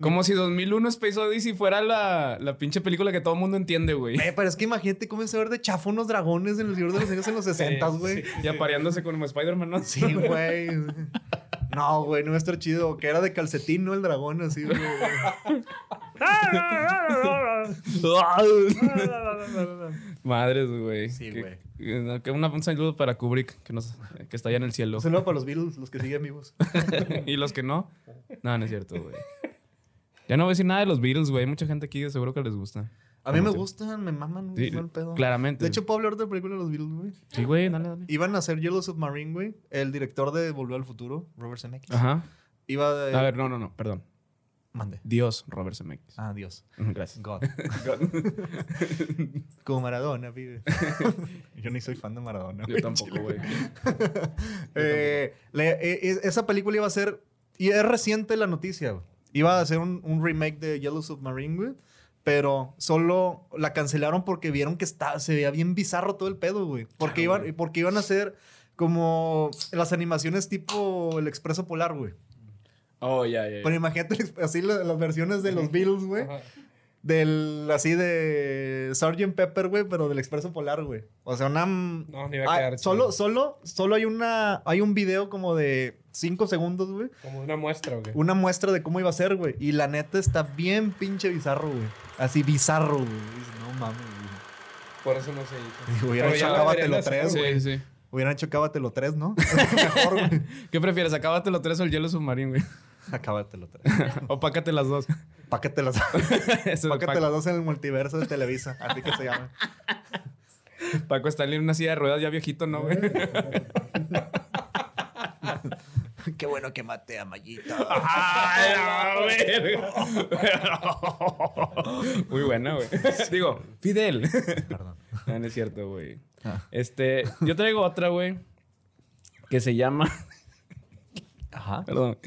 Speaker 3: Como si 2001 Space Odyssey fuera la, la pinche película que todo el mundo entiende, güey.
Speaker 4: Eh, pero es que imagínate cómo se ver de chafa unos dragones en el libro de los años en los 60, güey.
Speaker 3: Y apareándose como Spider-Man, ¿no?
Speaker 4: Sí, güey. No, güey, no está chido. Que era de calcetín, ¿no? El dragón, así, güey.
Speaker 3: Madres, güey.
Speaker 4: Sí,
Speaker 3: Que-
Speaker 4: güey.
Speaker 3: que- que una- un saludo para Kubrick, que, nos, que está allá en el cielo.
Speaker 4: Un saludo para los Beatles, los que siguen vivos.
Speaker 3: y los que no, no, no es cierto, güey. Ya no voy a decir nada de los Beatles, güey. Hay mucha gente aquí que seguro que les gusta.
Speaker 4: A mí me
Speaker 3: Ah, Sí.
Speaker 4: gustan, me maman,
Speaker 3: Sí,
Speaker 4: me mal pedo.
Speaker 3: claramente.
Speaker 4: De hecho, puedo hablar de película de los Beatles, güey.
Speaker 3: Sí, güey, dale, dale.
Speaker 4: Iban a hacer Yellow Submarine, güey. El director de Volver al Futuro, Robert Zemeckis.
Speaker 3: Ajá.
Speaker 4: Iba de...
Speaker 3: A ver, no, no, no, perdón.
Speaker 4: Mande.
Speaker 3: Dios, Robert Zemeckis.
Speaker 4: Ah, Dios.
Speaker 3: Ujú, Gracias.
Speaker 4: God. Como Maradona, vive. Yo ni soy fan de Maradona.
Speaker 3: Yo tampoco, güey.
Speaker 4: Eh, le- e- e- esa película iba a ser. Y es reciente la noticia, güey. Iba a ser un, un remake de Yellow Submarine, güey. Pero solo la cancelaron porque vieron que está, se veía bien bizarro todo el pedo, güey. Porque,
Speaker 3: Claro,
Speaker 4: iban, porque iban a hacer como las animaciones tipo El Expreso Polar, güey.
Speaker 3: Oh, ya, ya.
Speaker 4: Pero imagínate el exp- así la- las versiones de los Beatles, güey.
Speaker 5: Ajá.
Speaker 4: Del, así de Sgt. Pepper, güey, pero del Expreso Polar, güey. O sea, una...
Speaker 5: No, no iba a
Speaker 4: Ah,
Speaker 5: quedar.
Speaker 4: solo,
Speaker 5: chido.
Speaker 4: solo, solo hay una, hay un video como de 5 segundos, güey.
Speaker 5: Como una muestra, güey.
Speaker 4: Una muestra de cómo iba a ser, güey. Y la neta está bien pinche bizarro, güey. Así bizarro, güey. Dices, No mames, güey.
Speaker 5: Por eso no se hizo.
Speaker 4: Y Hubieran
Speaker 5: Pero ya
Speaker 4: hecho
Speaker 5: la
Speaker 4: Cábatelo
Speaker 5: deberían hacer,
Speaker 4: 3, güey.
Speaker 3: Sí, sí.
Speaker 4: Hubieran hecho Cábatelo 3, ¿no? Mejor, güey.
Speaker 3: ¿Qué prefieres? Acábatelo tres o el hielo submarino, güey.
Speaker 4: Acábatelo 3.
Speaker 3: O pácate las dos.
Speaker 4: Pa' que te las,
Speaker 5: Pues,
Speaker 3: Eso
Speaker 4: pa'
Speaker 3: de
Speaker 4: que
Speaker 3: Paco,
Speaker 4: te las dos en el multiverso de Televisa. Así que se llama.
Speaker 3: Paco Stanley en una silla de ruedas ya viejito, ¿no, güey?
Speaker 4: Qué bueno que maté a Mayito.
Speaker 3: ¡Ay, Muy buena, güey. Digo, Fidel.
Speaker 4: Perdón.
Speaker 3: No, no es cierto, güey.
Speaker 4: Ah.
Speaker 3: Este, yo traigo otra, güey, que se llama...
Speaker 4: Ajá.
Speaker 3: Perdón.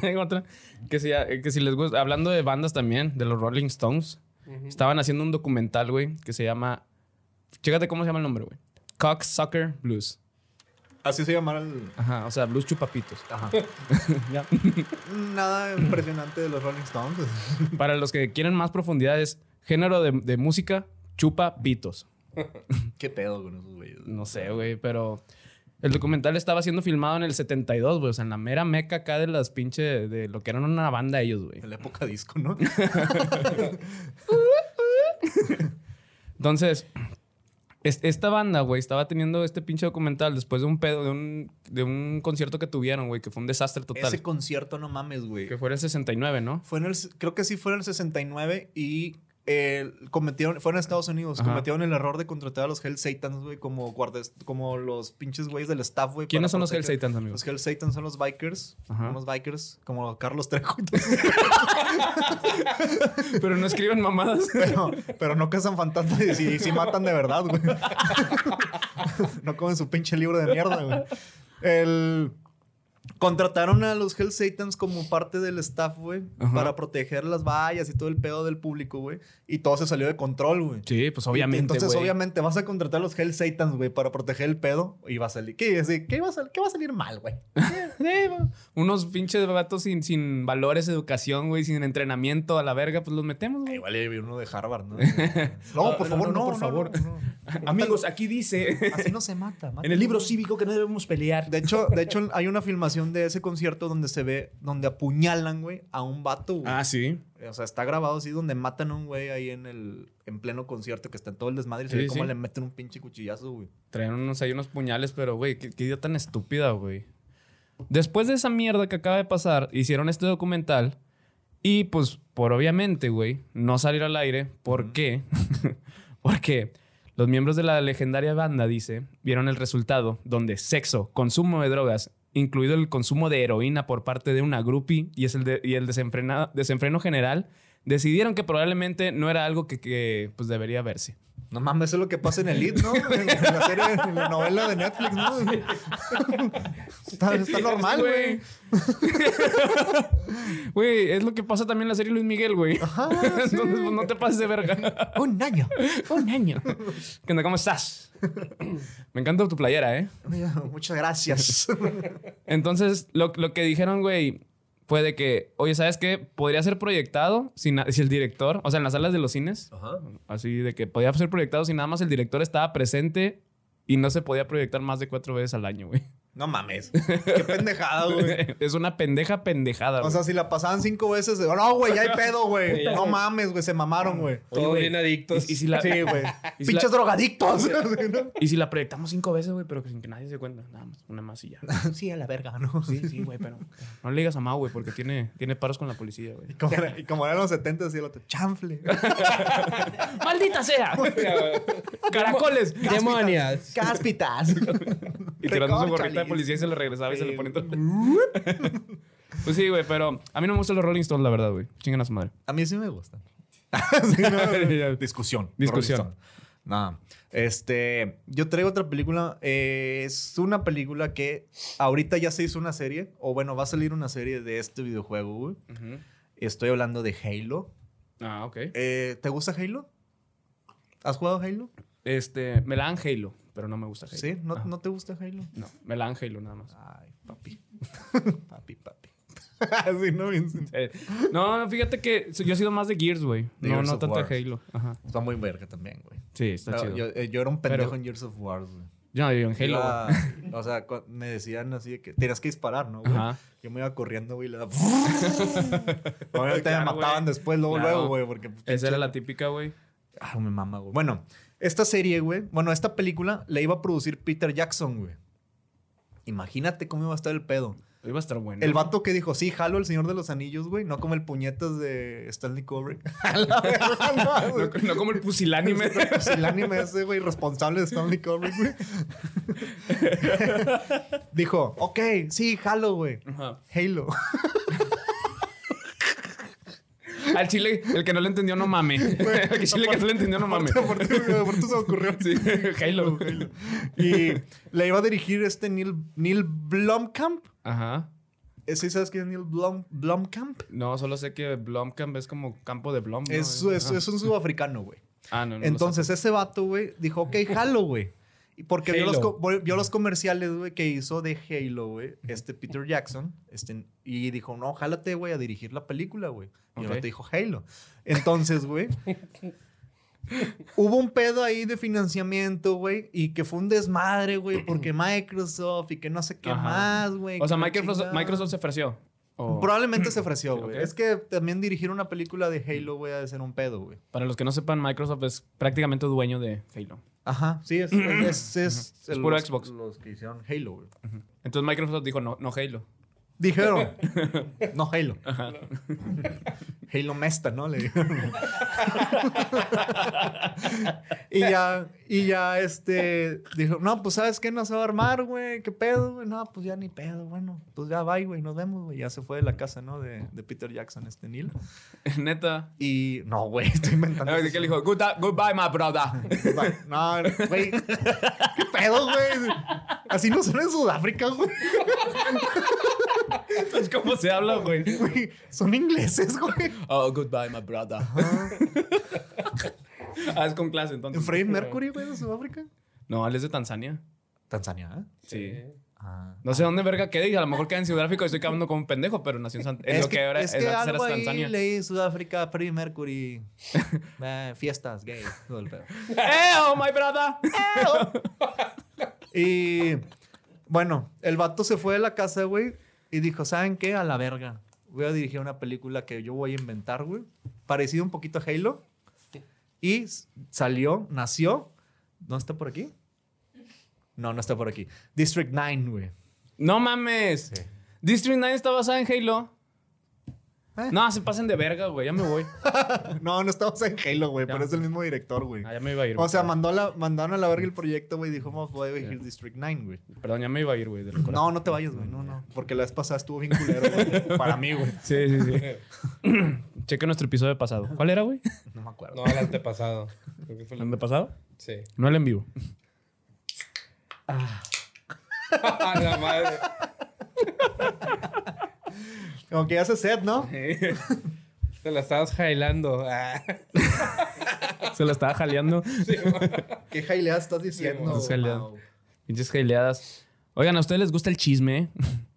Speaker 3: Tengo otra. Que si, que si les gusta. Hablando de bandas también, de los Rolling Stones. Estaban haciendo un documental, güey, que se llama. Chécate cómo se llama el nombre, güey. Cocksucker Blues.
Speaker 4: Así se llama el.
Speaker 3: Ajá, o sea, blues chupapitos.
Speaker 4: Ajá.
Speaker 3: Ya.
Speaker 4: Nada impresionante de los Rolling Stones.
Speaker 3: Para los que quieren más profundidad, es género de, de música chupapitos.
Speaker 4: ¿Qué pedo con esos güeyes?
Speaker 3: No sé, güey, pero el documental estaba siendo filmado en el 72, güey. O sea, en la mera meca acá de las pinche... De lo que eran una banda ellos, güey.
Speaker 4: En la época disco, ¿no?
Speaker 3: Entonces, es- esta banda, güey, estaba teniendo este pinche documental después de un pedo, de un, de un concierto que tuvieron, güey, que fue un desastre total.
Speaker 4: Ese concierto, no mames, güey.
Speaker 3: Que fue en el 69, ¿no?
Speaker 4: Fue en el, creo que sí fue en el 69 y eh, cometieron, fueron a Estados Unidos,
Speaker 3: Ajá.
Speaker 4: cometieron el error de contratar a los Hell Satans, güey, como guardas, como los pinches güeyes del staff, güey.
Speaker 3: ¿Quiénes
Speaker 4: para
Speaker 3: son los Hell
Speaker 4: proteger-
Speaker 3: Satans, amigos?
Speaker 4: Los Hell Satans son los bikers,
Speaker 3: Ajá.
Speaker 4: unos bikers, como Carlos Trejo y todo eso,
Speaker 3: Pero no escriben mamadas.
Speaker 4: pero, pero no cazan fantasmas y sí, sí matan de verdad, güey. no comen su pinche libro de mierda, güey. El... Contrataron a los Hell Satans como parte del staff, güey,
Speaker 3: Ajá.
Speaker 4: para proteger las vallas y todo el pedo del público, güey. Y todo se salió de control, güey.
Speaker 3: Sí, pues obviamente,
Speaker 4: Entonces,
Speaker 3: güey.
Speaker 4: obviamente, vas a contratar a los Hell Satans, güey, para proteger el pedo y va a salir. ¿Qué, Sí, ¿qué, va, a sal- qué va a salir mal, güey?
Speaker 3: Sí, va. Unos pinches vatos sin, sin valores, educación, güey, sin entrenamiento a la verga, pues los metemos,
Speaker 4: Ah,
Speaker 3: güey.
Speaker 4: Igual hay uno de Harvard, ¿no? No, por
Speaker 3: no,
Speaker 4: favor,
Speaker 3: no,
Speaker 4: no,
Speaker 3: por
Speaker 4: no,
Speaker 3: favor.
Speaker 4: no, no.
Speaker 3: Amigos, aquí dice
Speaker 4: Así no se mata, mata.
Speaker 3: en el libro cívico que no debemos pelear.
Speaker 4: De hecho, de hecho, hay una filmación de ese concierto donde se ve, donde apuñalan, güey, a un vato, güey.
Speaker 3: Ah, sí.
Speaker 4: O sea, está grabado así, donde matan a un güey ahí en el, en pleno concierto, que está en todo el desmadre y se
Speaker 3: Sí,
Speaker 4: ve cómo
Speaker 3: sí.
Speaker 4: le meten un pinche cuchillazo, güey.
Speaker 3: Traían unos, hay unos puñales, pero, güey, qué, qué idea tan estúpida, güey. Después de esa mierda que acaba de pasar, hicieron este documental. Y, pues, por obviamente, güey, no salir al aire. ¿Por
Speaker 4: Ujú.
Speaker 3: qué? Porque los miembros de la legendaria banda, dice, vieron el resultado donde sexo, consumo de drogas, incluido el consumo de heroína por parte de una groupie y, es el, de- y el desenfrena- desenfreno general, decidieron que probablemente no era algo que, que pues, debería verse.
Speaker 4: No mames, eso es lo que pasa en Elite, ¿no? En la, serie, en la novela de Netflix, ¿no? está, está normal, güey.
Speaker 3: Güey, es lo que pasa también en la serie Luis Miguel, güey.
Speaker 4: Ajá, Ah, sí.
Speaker 3: Entonces, pues, no te pases de verga.
Speaker 4: Un año.
Speaker 3: Un año. ¿Qué onda? ¿Cómo estás? Me encanta tu playera, ¿eh?
Speaker 4: Muchas gracias.
Speaker 3: Entonces, lo, lo que dijeron, güey, fue de que, oye, ¿sabes qué? Podría ser proyectado si, na- si el director, o sea, en las salas de los cines,
Speaker 4: Ajá.
Speaker 3: así de que podía ser proyectado si nada más el director estaba presente y no se podía proyectar más de cuatro veces al año, güey.
Speaker 4: No mames. Qué pendejada, güey.
Speaker 3: es una pendeja pendejada,
Speaker 4: O
Speaker 3: güey.
Speaker 4: sea, si la pasaban cinco veces, no, güey, ya hay pedo, güey. No mames, güey, se mamaron, güey.
Speaker 5: Todos
Speaker 3: güey,
Speaker 5: bien adictos.
Speaker 3: y- y si la-
Speaker 4: Sí, güey.
Speaker 3: Y si la-
Speaker 4: Pinches drogadictos.
Speaker 3: Y si la proyectamos cinco veces, güey, pero que sin que nadie se cuenta. Nada más, una más y ya.
Speaker 4: Sí, a la verga, ¿no?
Speaker 3: Sí, sí, güey, pero no le digas a Mau, güey, porque tiene, tiene paros con la policía, güey.
Speaker 4: Como era- y como eran los 70, decía el otro, chanfle.
Speaker 3: ¡Maldita sea! ¡Caracoles!
Speaker 5: Demonias.
Speaker 4: Cáspitas.
Speaker 3: Y tirando su gorrita de
Speaker 4: Recónchales.
Speaker 3: policía y se le regresaba y se le ponía todo.
Speaker 4: Sí.
Speaker 3: Pues sí, güey, pero a mí no me gustan los Rolling Stones, la verdad, güey. Chingan a su madre.
Speaker 4: A mí sí me gustan. Sí, no, no, no. Discusión.
Speaker 3: Discusión.
Speaker 4: Rolling Stone. Nah. Este, yo traigo otra película. eh, es una película que ahorita ya se hizo una serie, o bueno, va a salir una serie de este videojuego, güey. Estoy hablando de Halo.
Speaker 3: Ah, ok.
Speaker 4: Eh, ¿Te gusta Halo? ¿Has jugado Halo?
Speaker 3: Este, me la dan Halo, pero no me gusta Halo.
Speaker 4: Sí, ¿no,
Speaker 3: Ajá.
Speaker 4: no te gusta Halo?
Speaker 3: No, me la dan Halo nada más.
Speaker 4: Ay, papi. papi, papi. Así no Vincent?
Speaker 3: Eh, no, no, fíjate que yo he sido más de Gears, güey. No,
Speaker 4: Gears
Speaker 3: no
Speaker 4: of
Speaker 3: tanto
Speaker 4: War.
Speaker 3: de Halo. Ajá.
Speaker 4: Está muy verga también, güey.
Speaker 3: Sí, está
Speaker 4: No,
Speaker 3: chido.
Speaker 4: yo,
Speaker 3: Yo,
Speaker 4: eh, yo era un pendejo
Speaker 3: Pero-
Speaker 4: en Gears of War, güey.
Speaker 3: no, yo en Halo, güey.
Speaker 4: Iba- o sea, cu- me decían así de que tenías que disparar, ¿no? güey?
Speaker 3: Ajá.
Speaker 4: Yo me iba corriendo, güey, y le daba. Obviamente
Speaker 3: Claro,
Speaker 4: me mataban
Speaker 3: güey.
Speaker 4: después, luego,
Speaker 3: Claro.
Speaker 4: luego, güey, porque.
Speaker 3: Esa era la típica, güey.
Speaker 4: Ah, me mama, güey. Bueno, esta serie, güey. Bueno, esta película la iba a producir Peter Jackson, güey. Imagínate cómo iba a estar el pedo.
Speaker 3: Iba a estar bueno.
Speaker 4: El vato que dijo, sí, jalo el Señor de los Anillos, güey. No como el puñetas de Stanley Kubrick. A la verga, no,
Speaker 3: No,
Speaker 4: güey.
Speaker 3: no como el pusilánime.
Speaker 4: Pues el anime ese, güey, responsable de Stanley Kubrick, güey. Dijo, ok, sí, jalo, güey.
Speaker 3: Ajá.
Speaker 4: Halo.
Speaker 3: Al chile, el que no le entendió, no mame. El que chile que no le entendió, no mame.
Speaker 4: Por ti, güey, por ti se me ocurrió.
Speaker 3: Sí, Halo.
Speaker 4: Y le iba a dirigir este Neil, Neil Blomkamp.
Speaker 3: Ajá.
Speaker 4: Eh, ¿Sí sabes quién es Neil Blom, Blomkamp?
Speaker 3: No, solo sé que Blomkamp es como campo de Blom. ¿no?
Speaker 4: es, es-
Speaker 3: Ah.
Speaker 4: es un sudafricano, güey.
Speaker 3: Ah, no, no. lo
Speaker 4: Entonces, ese vato, güey, dijo, ok, jalo, güey. Y porque vio
Speaker 5: Halo.
Speaker 4: los, co- vio los comerciales, güey, que hizo de Halo, güey, este Peter Jackson, este, y dijo, no, jálate, güey, a dirigir la película, güey. Y el
Speaker 3: Ok.
Speaker 4: vato dijo, Halo. Entonces, güey, Hubo un pedo ahí de financiamiento, güey, y que fue un desmadre, güey, porque Microsoft y que no sé qué
Speaker 3: Ajá.
Speaker 4: más, güey.
Speaker 3: O sea,
Speaker 4: que la
Speaker 3: Microsoft,
Speaker 4: chingada.
Speaker 3: Microsoft se ofreció. O-
Speaker 4: Probablemente se ofreció, güey.
Speaker 3: ok.
Speaker 4: Es que también dirigir una película de Halo, güey, ha de ser un pedo, güey.
Speaker 3: para los que no sepan, Microsoft es prácticamente dueño de Halo.
Speaker 4: Ajá, sí, es, es, es,
Speaker 3: Es puro
Speaker 4: los-
Speaker 3: Xbox.
Speaker 4: Los que hicieron Halo, güey.
Speaker 3: Entonces Microsoft dijo, no, no Halo.
Speaker 4: Dijeron, no Halo. Halo Mesta, ¿no? Le dijeron. y ya, y ya, este, dijo, no, pues, ¿sabes qué? No se va a armar, güey, ¿qué pedo, güey? No, pues, ya ni pedo, bueno, pues, ya bye, güey, nos vemos, güey. Ya se fue de la casa, ¿no? De, de Peter Jackson, este Neil.
Speaker 3: Neta.
Speaker 4: Y, no, güey, estoy inventando.
Speaker 3: Ah, ¿Qué le dijo? "Good- goodbye, my brother.
Speaker 4: Bye. No, güey, ¿qué pedo, güey? Así no son en Sudáfrica, güey.
Speaker 3: Entonces, ¿Cómo se habla, güey?
Speaker 4: Güey, Son ingleses, güey.
Speaker 3: Oh, goodbye, my brother. ah, es con clase, entonces.
Speaker 4: Freddie Mercury, güey, de Sudáfrica.
Speaker 3: No, él es de Tanzania.
Speaker 4: Tanzania, ¿eh?
Speaker 3: Sí.
Speaker 4: Ah.
Speaker 3: No sé dónde verga quede y a lo mejor queda en Sudáfrica y estoy caminando como un pendejo, pero nació en, San- en lo que, ahora
Speaker 4: es
Speaker 3: es
Speaker 4: que
Speaker 3: antes era
Speaker 4: algo ahí
Speaker 3: Tanzania.
Speaker 4: leí Sudáfrica, Freddie Mercury, eh, fiestas, gay, todo el pedo.
Speaker 3: ¡Eh, oh, my brother!
Speaker 4: Y bueno, el vato se fue de la casa, güey, y dijo, ¿saben qué? A la verga. Voy a dirigir una película que yo voy a inventar, güey. Parecido un poquito a Halo. Y s- salió, nació. ¿No está por aquí? No, no está por aquí. District 9, güey.
Speaker 3: ¡No mames!
Speaker 4: Sí.
Speaker 3: District 9 está basada en Halo.
Speaker 4: Eh.
Speaker 3: No, se pasen de verga, güey. Ya me voy.
Speaker 4: No, no estamos en Halo, güey,
Speaker 3: Ya.
Speaker 4: pero es el mismo director, güey.
Speaker 3: Ah, ya me iba a ir.
Speaker 4: O sea,
Speaker 3: güey.
Speaker 4: mandó a la, mandaron a la verga el proyecto, güey. Dijo, vamos voy a dirigir District 9, güey.
Speaker 3: Perdón, ya me iba a ir, güey. del corazón.
Speaker 4: No, no te vayas, güey. No, no. Porque la vez pasada estuvo bien culero, güey. Para mí, güey.
Speaker 3: Sí, sí, sí. Checa nuestro episodio pasado. ¿Cuál era, güey?
Speaker 4: No me acuerdo.
Speaker 5: No, el antepasado. Creo que fue el-
Speaker 3: ¿El de pasado?
Speaker 5: Sí.
Speaker 3: No el en vivo.
Speaker 5: A la madre.
Speaker 4: Como que ya se set, ¿no?
Speaker 5: Te la estabas jailando. Ah.
Speaker 3: Se la estaba jaleando.
Speaker 4: ¿Qué jaileada estás diciendo?
Speaker 5: güey.
Speaker 4: Sí,
Speaker 3: Jaileada. Pinches jaileadas. Oigan, ¿a ustedes les gusta el chisme?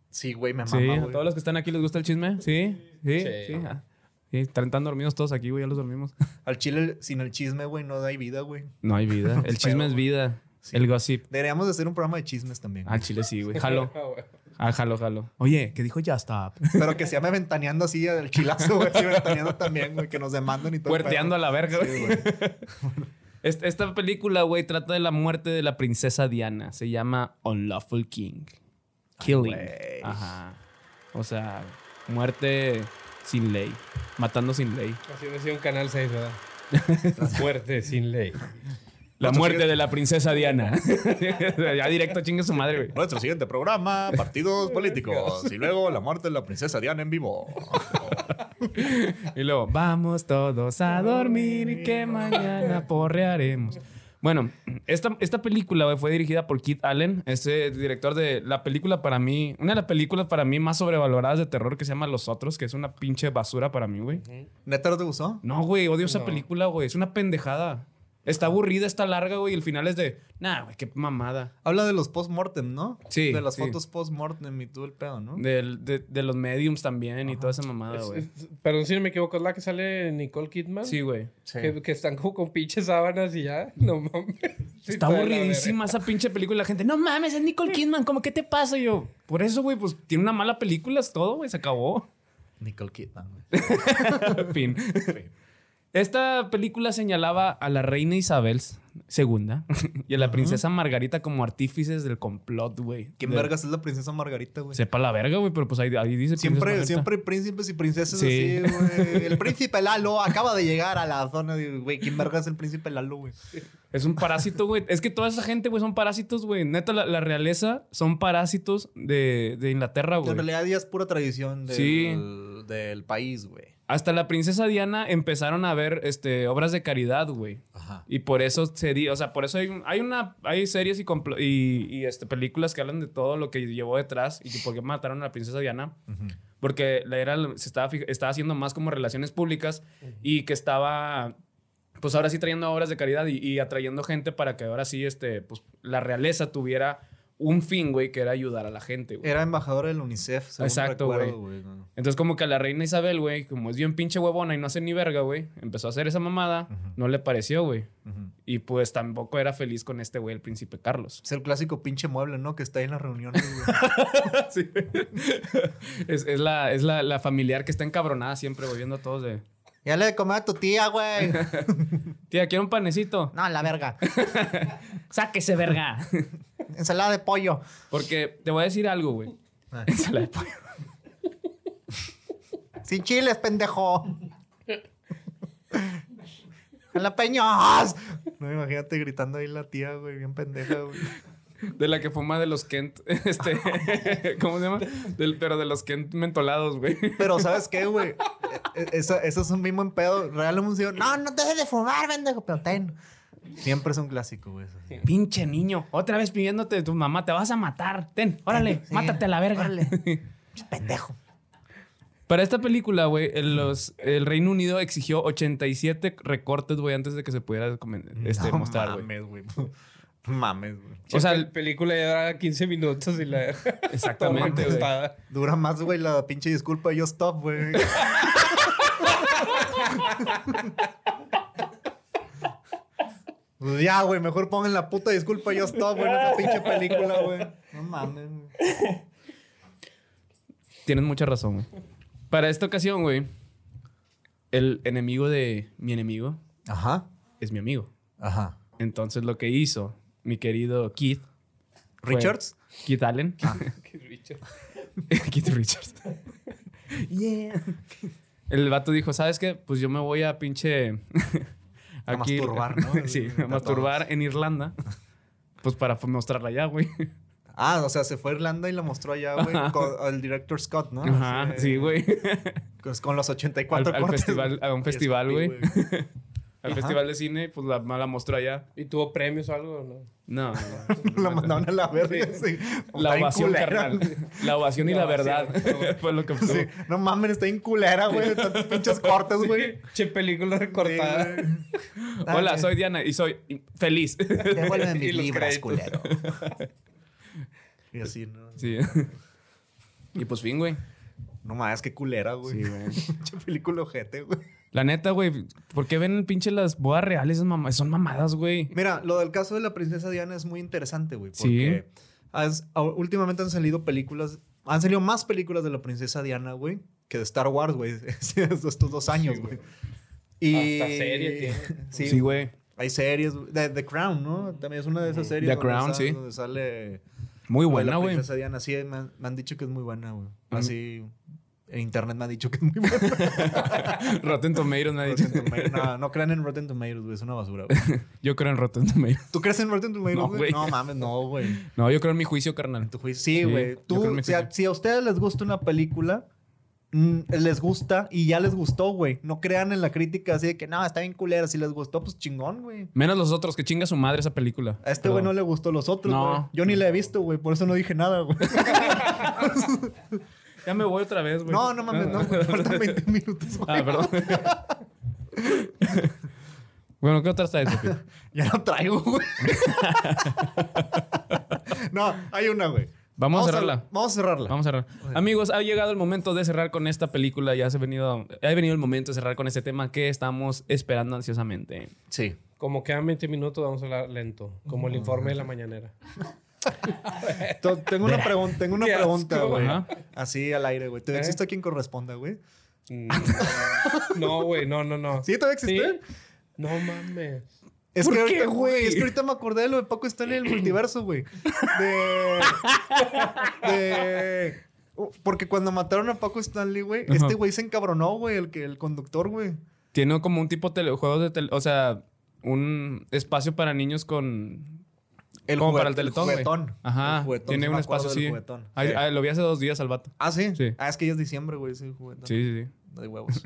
Speaker 4: Sí, güey, me mama,
Speaker 3: sí,
Speaker 4: güey.
Speaker 3: ¿a todos los que están aquí les gusta el chisme? Sí, sí, sí.
Speaker 5: Sí.
Speaker 3: ah. Sí, están tan dormidos todos aquí, güey, ya los dormimos.
Speaker 4: Al chile, sin el chisme, güey, no hay vida, güey.
Speaker 3: No hay vida. El chisme es vida. El gossip.
Speaker 4: Deberíamos de hacer un programa de chismes también.
Speaker 3: Ah, chile sí, güey. Jalo.
Speaker 5: Ah, güey.
Speaker 3: Ah, jalo, jalo. Oye, ¿qué dijo ya está?
Speaker 4: Pero que se llame ventaneando así del chilazo, güey. Así ventaneando también, güey. Que nos demanden y todo. el
Speaker 3: Puerteando a
Speaker 4: pedo.
Speaker 3: la verga, güey.
Speaker 4: Sí, güey.
Speaker 3: Est- Esta película, güey, trata de la muerte de la princesa Diana. Se llama Unlawful King. Killing.
Speaker 4: güey.
Speaker 3: Ajá. O sea, muerte sin ley. Matando sin ley.
Speaker 5: Así hubiera sido un canal 6, ¿verdad? Fuerte, sin ley.
Speaker 3: La
Speaker 4: Otro
Speaker 3: muerte
Speaker 4: sigue-
Speaker 3: de la princesa Diana. ya directo chingue su madre, güey.
Speaker 4: Nuestro siguiente programa, partidos políticos. Y luego la muerte de la princesa Diana en vivo.
Speaker 3: Y luego, vamos todos a dormir que mañana porrearemos. Bueno, esta, esta película güey, fue dirigida por Keith Allen, ese director de la película para mí, una de las películas para mí más sobrevaloradas de terror que se llama Los Otros, que es una pinche basura para mí, güey.
Speaker 4: ¿Neta no te gustó?
Speaker 3: No, güey, odio esa
Speaker 5: No.
Speaker 3: película, güey, es una pendejada. Está aburrida, está larga, güey, y el final es de, nah, güey, qué mamada.
Speaker 4: Habla de los post-mortem, ¿no?
Speaker 3: Sí,
Speaker 4: De las
Speaker 3: sí.
Speaker 4: fotos post-mortem y todo el pedo, ¿no?
Speaker 3: Del- De, de los mediums también y toda esa mamada,
Speaker 5: Es-
Speaker 3: güey.
Speaker 5: es- perdón si no me equivoco, es la que sale Nicole Kidman.
Speaker 3: Sí, güey.
Speaker 5: Que, que están como con pinches sábanas y ya. No mames. Sí,
Speaker 3: Está
Speaker 5: de la
Speaker 3: aburridísima esa pinche película. y La gente, no mames, es Nicole Kidman, ¿cómo qué te pasa? Y yo, por eso, güey, pues tiene una mala película, es todo, güey, se acabó.
Speaker 4: Nicole Kidman, güey.
Speaker 3: fin. Esta película señalaba a la reina Isabel II y a la princesa Margarita como artífices del complot, güey.
Speaker 4: ¿Quién
Speaker 3: De-
Speaker 4: vergas es la princesa Margarita, güey?
Speaker 3: Sepa la verga, güey, pero pues ahí, ahí dice. princesa
Speaker 4: Siempre,
Speaker 3: Margarita.
Speaker 4: siempre hay príncipes y princesas
Speaker 3: Sí.
Speaker 4: así, güey. El príncipe Lalo acaba de llegar a la zona de, güey, ¿quién verga es el príncipe Lalo, güey?
Speaker 3: Es un parásito, güey. Es que toda esa gente, güey, son parásitos, güey. Neta, la, la realeza son parásitos de, de Inglaterra, güey.
Speaker 4: En realidad ya es pura tradición del,
Speaker 3: Sí.
Speaker 4: del país, güey.
Speaker 3: Hasta la princesa Diana empezaron a ver este, obras de caridad, güey.
Speaker 4: Ajá.
Speaker 3: Y por eso se di- o sea, por eso hay, un- hay una, hay series y, complo- y, y, este, películas que hablan de todo lo que llevó detrás y que por qué mataron a la princesa Diana. Porque la era, se estaba, fij- estaba haciendo más como relaciones públicas y que estaba, pues ahora sí trayendo obras de caridad y, y atrayendo gente para que ahora sí, este, pues la realeza tuviera un fin, güey, que era ayudar a la gente, güey.
Speaker 4: Era embajador del UNICEF, según
Speaker 3: Exacto,
Speaker 4: recuerdo, güey. ¿no?
Speaker 3: Entonces, como que a la reina Isabel, güey, como es bien pinche huevona y no hace ni verga, güey, empezó a hacer esa mamada,
Speaker 4: Ujú.
Speaker 3: no le pareció, güey.
Speaker 4: Ujú.
Speaker 3: Y pues tampoco era feliz con este güey, el príncipe Carlos.
Speaker 4: Es el clásico pinche mueble, ¿no? Que está ahí en las reuniones, güey.
Speaker 3: Sí. es, es la, es la, la familiar que está encabronada siempre, güey, viendo a todos de.
Speaker 4: ya le de comer a tu tía, güey.
Speaker 3: Tía, quiero un panecito.
Speaker 4: No, la verga.
Speaker 3: Sáquese, verga.
Speaker 4: Ensalada de pollo.
Speaker 3: Porque te voy a decir algo, güey.
Speaker 4: Ah.
Speaker 3: Ensalada de pollo.
Speaker 4: Sin chiles, pendejo. Jalapeños. No, imagínate gritando ahí la tía, güey, bien pendeja, güey.
Speaker 3: De la que fuma de los Kent. Este, ¿Cómo se llama? Del, pero de los Kent mentolados, güey.
Speaker 4: Pero, ¿sabes qué, güey? E- e- Eso, eso es un mismo en pedo. Real un señor. No, no te dejes de fumar, pendejo, pero ten. Siempre es un clásico, güey. eso sí.
Speaker 3: Pinche niño. Otra vez pidiéndote de tu mamá, te vas a matar. Ten, órale,
Speaker 4: Sí,
Speaker 3: mátate a la verga.
Speaker 4: órale. Pendejo.
Speaker 3: Para esta película, güey, el, los- el Reino Unido exigió 87 recortes, güey, antes de que se pudiera comen- este,
Speaker 4: No
Speaker 3: mostrar, güey.
Speaker 4: Mames, güey. No Mames, güey.
Speaker 3: O sea,
Speaker 5: la película ya dura 15 minutos y la
Speaker 3: Exactamente, güey.
Speaker 5: Toda
Speaker 4: Dura más, güey, la pinche disculpa. Yo stop, güey. Pues ya, güey, mejor pongan la puta disculpa. Yo stop, güey, en esa pinche película, güey. No mames, güey.
Speaker 3: Tienes mucha razón, güey. Para esta ocasión, güey, el enemigo de mi enemigo
Speaker 4: Ajá,
Speaker 3: es mi amigo.
Speaker 4: ajá.
Speaker 3: Entonces, lo que hizo mi querido Keith, Fue-
Speaker 4: ¿Richards?
Speaker 3: Keith Allen,
Speaker 5: Richard.
Speaker 3: Keith Richards. yeah. El vato dijo, ¿sabes qué? Pues yo me voy a pinche...
Speaker 4: A masturbar, ¿no?
Speaker 3: sí, a
Speaker 4: Tatuados.
Speaker 3: masturbar en Irlanda. Pues para mostrarla allá, güey.
Speaker 4: Ah, o sea, se fue a Irlanda y la mostró allá, güey, con el director Scott, ¿no?
Speaker 3: Ajá, sí, güey.
Speaker 4: Con, con los 84
Speaker 3: Al- al
Speaker 4: cortes.
Speaker 3: festival- a un
Speaker 4: Y
Speaker 3: festival,
Speaker 4: Scotty,
Speaker 3: güey. Al
Speaker 4: Ajá.
Speaker 3: festival de cine, pues la, la mostró allá.
Speaker 5: ¿Y tuvo premios o algo? No.
Speaker 3: No, no.
Speaker 4: Lo mandaron a la verga, sí. Está
Speaker 3: La
Speaker 4: bien
Speaker 3: ovación,
Speaker 4: culera.
Speaker 3: carnal. La ovación y
Speaker 5: La
Speaker 3: la
Speaker 5: ovación,
Speaker 3: verdad.
Speaker 5: güey.
Speaker 3: Fue lo que obtuvo.
Speaker 4: Sí, No mames, está bien culera, güey. de Tantos pinches cortes, güey.
Speaker 5: Che, película recortada.
Speaker 4: Sí, güey.
Speaker 3: Hola,
Speaker 4: Dale,
Speaker 3: soy Diana y soy feliz.
Speaker 4: Devuélveme
Speaker 5: Y
Speaker 4: mis
Speaker 5: los
Speaker 4: libras, culero.
Speaker 5: créditos.
Speaker 4: Y así, ¿no?
Speaker 3: Sí. Y pues fin, güey.
Speaker 4: No mames, qué culera, güey.
Speaker 3: Sí, güey.
Speaker 4: Pinche película ojete, güey.
Speaker 3: La neta, güey, ¿por qué ven pinche las bodas reales? Esas mama- Son mamadas, güey.
Speaker 4: Mira, lo del caso de la princesa Diana es muy interesante, güey.
Speaker 3: Sí.
Speaker 4: Porque has- a- últimamente han salido películas, han salido más películas de la princesa Diana, güey, que de Star Wars, güey. Estos dos años, güey. Y...
Speaker 5: Hasta serie tiene.
Speaker 4: Sí,
Speaker 3: Sí, güey.
Speaker 4: Hay series, güey. The, The Crown, ¿no? También es una de esas series.
Speaker 3: The
Speaker 4: donde
Speaker 3: Crown,
Speaker 4: sale-
Speaker 3: sí.
Speaker 4: Donde sale...
Speaker 3: Muy
Speaker 4: lo de
Speaker 3: buena,
Speaker 4: la
Speaker 3: güey.
Speaker 4: princesa Diana, sí, me han, me han dicho que es muy buena, güey.
Speaker 3: mí-
Speaker 4: Así... En internet me han dicho que es muy buena.
Speaker 3: Rotten Tomatoes me ha dicho.
Speaker 4: Rotten Tomatoes. no, no crean en Rotten Tomatoes, güey. Es una basura, güey.
Speaker 3: Yo creo en Rotten Tomatoes.
Speaker 4: ¿Tú crees en Rotten Tomatoes,
Speaker 3: No,
Speaker 4: güey?
Speaker 3: güey.
Speaker 4: No, mames, no, güey.
Speaker 3: No, yo creo en mi juicio, carnal.
Speaker 4: En tu juicio. Sí,
Speaker 3: Sí,
Speaker 4: güey.
Speaker 3: yo
Speaker 4: Tú,
Speaker 3: creo en mi
Speaker 4: si a,
Speaker 3: juicio.
Speaker 4: si a ustedes les gusta una película, mm, les gusta y ya les gustó, güey. No crean en la crítica así de que, no, está bien culera. Si les gustó, pues chingón, güey.
Speaker 3: Menos los otros, que chinga su madre esa película.
Speaker 4: A este güey no
Speaker 3: Perdón.
Speaker 4: le gustó los otros,
Speaker 3: No.
Speaker 4: güey. Yo ni la he visto, güey. Por eso no dije nada, güey.
Speaker 3: Ya me voy otra vez, güey.
Speaker 4: No, no mames, no, güey. Faltan 20 minutos, güey.
Speaker 3: Ah, perdón. bueno, ¿qué otras traes, Sofi?
Speaker 4: Ya no traigo, güey. no, hay una, güey.
Speaker 3: Vamos a cerrarla.
Speaker 4: vamos a cerrarla.
Speaker 3: Vamos a cerrar. Amigos, ha llegado el momento de cerrar con esta película. Ya se ha venido, ha venido el momento de cerrar con este tema que estamos esperando ansiosamente.
Speaker 4: Sí.
Speaker 5: Como quedan 20 minutos, vamos a hablar lento. Como el informe de la mañanera.
Speaker 4: To- Tengo una, pregunta, tengo una
Speaker 5: Qué asco,
Speaker 4: pregunta, güey.
Speaker 3: Ajá.
Speaker 4: Así al aire, güey. ¿Todavía
Speaker 5: ¿Eh?
Speaker 4: existe quien corresponda, güey?
Speaker 5: Mm, No, güey, no, no, no.
Speaker 4: ¿Sí todavía existe?
Speaker 5: Sí. No mames.
Speaker 4: Es
Speaker 3: ¿Por
Speaker 4: que
Speaker 3: qué,
Speaker 4: ahorita,
Speaker 3: güey?
Speaker 4: Es que ahorita me acordé de lo de Paco Stanley en el multiverso, güey. De. De. Porque cuando mataron a Paco Stanley, güey,
Speaker 3: Ajá.
Speaker 4: este güey se encabronó, güey, el, que, el conductor, güey.
Speaker 3: Tiene como un tipo de juego de tele- o sea, un espacio para niños con como para el
Speaker 4: juguet-
Speaker 3: teletón, güey.
Speaker 4: juguetón.
Speaker 3: Ajá.
Speaker 4: El juguetón,
Speaker 3: Tiene
Speaker 4: sí
Speaker 3: un
Speaker 4: me acuerdo
Speaker 3: espacio
Speaker 4: del
Speaker 3: así.
Speaker 4: juguetón.
Speaker 3: Ay,
Speaker 4: Sí.
Speaker 3: ay, lo vi hace dos días al vato.
Speaker 4: Ah, ¿sí?
Speaker 3: Sí.
Speaker 4: Ah, es que ya es diciembre, güey, ese juguetón.
Speaker 3: Sí, sí, sí.
Speaker 4: De huevos.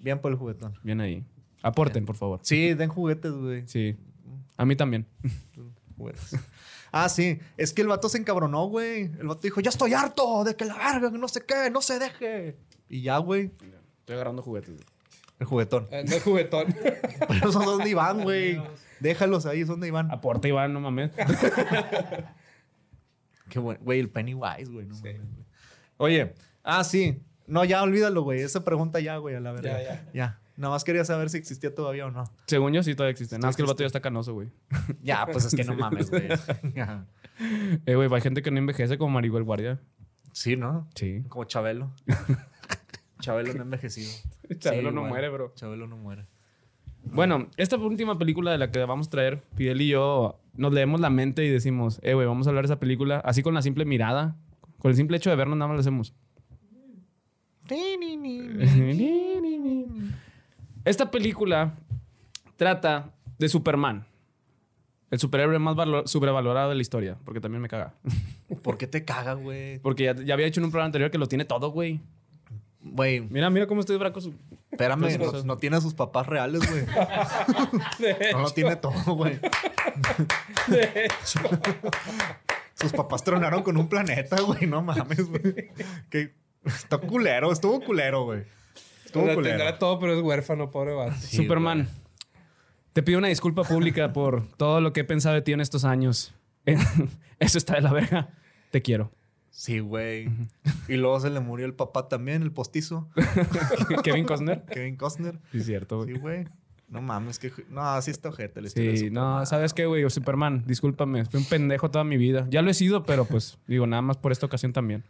Speaker 4: Bien por el juguetón.
Speaker 3: Bien ahí. Aporten, por favor.
Speaker 4: Sí, den juguetes, güey.
Speaker 3: Sí. A mí también.
Speaker 4: Juguetes. Ah, sí. Es que el vato se encabronó, güey. El vato dijo, ya estoy harto de que la verga, que no sé qué, no se deje. Y ya, güey.
Speaker 3: Estoy agarrando juguetes.
Speaker 4: El juguetón.
Speaker 5: Eh, No es juguetón.
Speaker 4: Pero esos son de Iván, güey. Déjalos ahí, son de Iván.
Speaker 3: Aporta, Iván, no mames.
Speaker 4: Qué bueno. Güey, el Pennywise, güey. no mames, güey. Oye, ah, sí. No, ya olvídalo, güey. Esa pregunta ya, güey, a la verdad.
Speaker 5: Ya,
Speaker 4: Ya. Nada más quería saber si existía todavía o no.
Speaker 3: Según yo sí todavía existen. Nada más que el vato ya está canoso, güey.
Speaker 4: Ya, pues es que no mames, güey. Ya.
Speaker 3: Eh, güey, hay gente que no envejece como Maribel Guardia.
Speaker 4: Sí, ¿no?
Speaker 3: Sí.
Speaker 4: Como Chabelo. Chabelo no ha envejecido.
Speaker 3: Chabelo
Speaker 4: Sí,
Speaker 3: no
Speaker 4: güey.
Speaker 3: muere, bro.
Speaker 4: Chabelo no muere.
Speaker 3: Bueno, esta última película de la que vamos a traer, Fidel y yo nos leemos la mente y decimos, eh, güey, vamos a hablar de esa película así con la simple mirada, con el simple hecho de vernos, nada más lo hacemos. Esta película trata de Superman, el superhéroe más valo- sobrevalorado de la historia, porque también me caga.
Speaker 4: ¿Por qué te caga, güey?
Speaker 3: Porque ya, ya había hecho en un programa anterior que lo tiene todo, güey.
Speaker 4: Güey,
Speaker 3: Mira, mira cómo estoy de brazo.
Speaker 4: espérame,
Speaker 3: Entonces,
Speaker 4: no, no tiene a sus papás reales, güey.
Speaker 5: De
Speaker 4: No lo tiene todo, güey. Sus papás tronaron con un planeta, güey. No mames, güey. Que está culero, estuvo culero, güey.
Speaker 5: O
Speaker 4: Estuvo
Speaker 5: sea,
Speaker 4: culero.
Speaker 5: tendrá todo, pero es huérfano, pobre vato.
Speaker 4: Sí,
Speaker 3: Superman,
Speaker 4: güey.
Speaker 3: te pido una disculpa pública por todo lo que he pensado de ti en estos años. Eso está de la verga. Te quiero.
Speaker 4: Sí, güey. Y luego se le murió el papá también, el postizo,
Speaker 3: Kevin Costner.
Speaker 4: Kevin Costner.
Speaker 3: Sí, es cierto,
Speaker 4: Sí,
Speaker 3: güey.
Speaker 4: güey. No mames, que. No, así está ojete la historia.
Speaker 3: Sí,
Speaker 4: de Superman.
Speaker 3: no, ¿sabes qué, güey? Yo, Superman, discúlpame. Fui un pendejo toda mi vida. Ya lo he sido, pero pues, digo, nada más por esta ocasión también.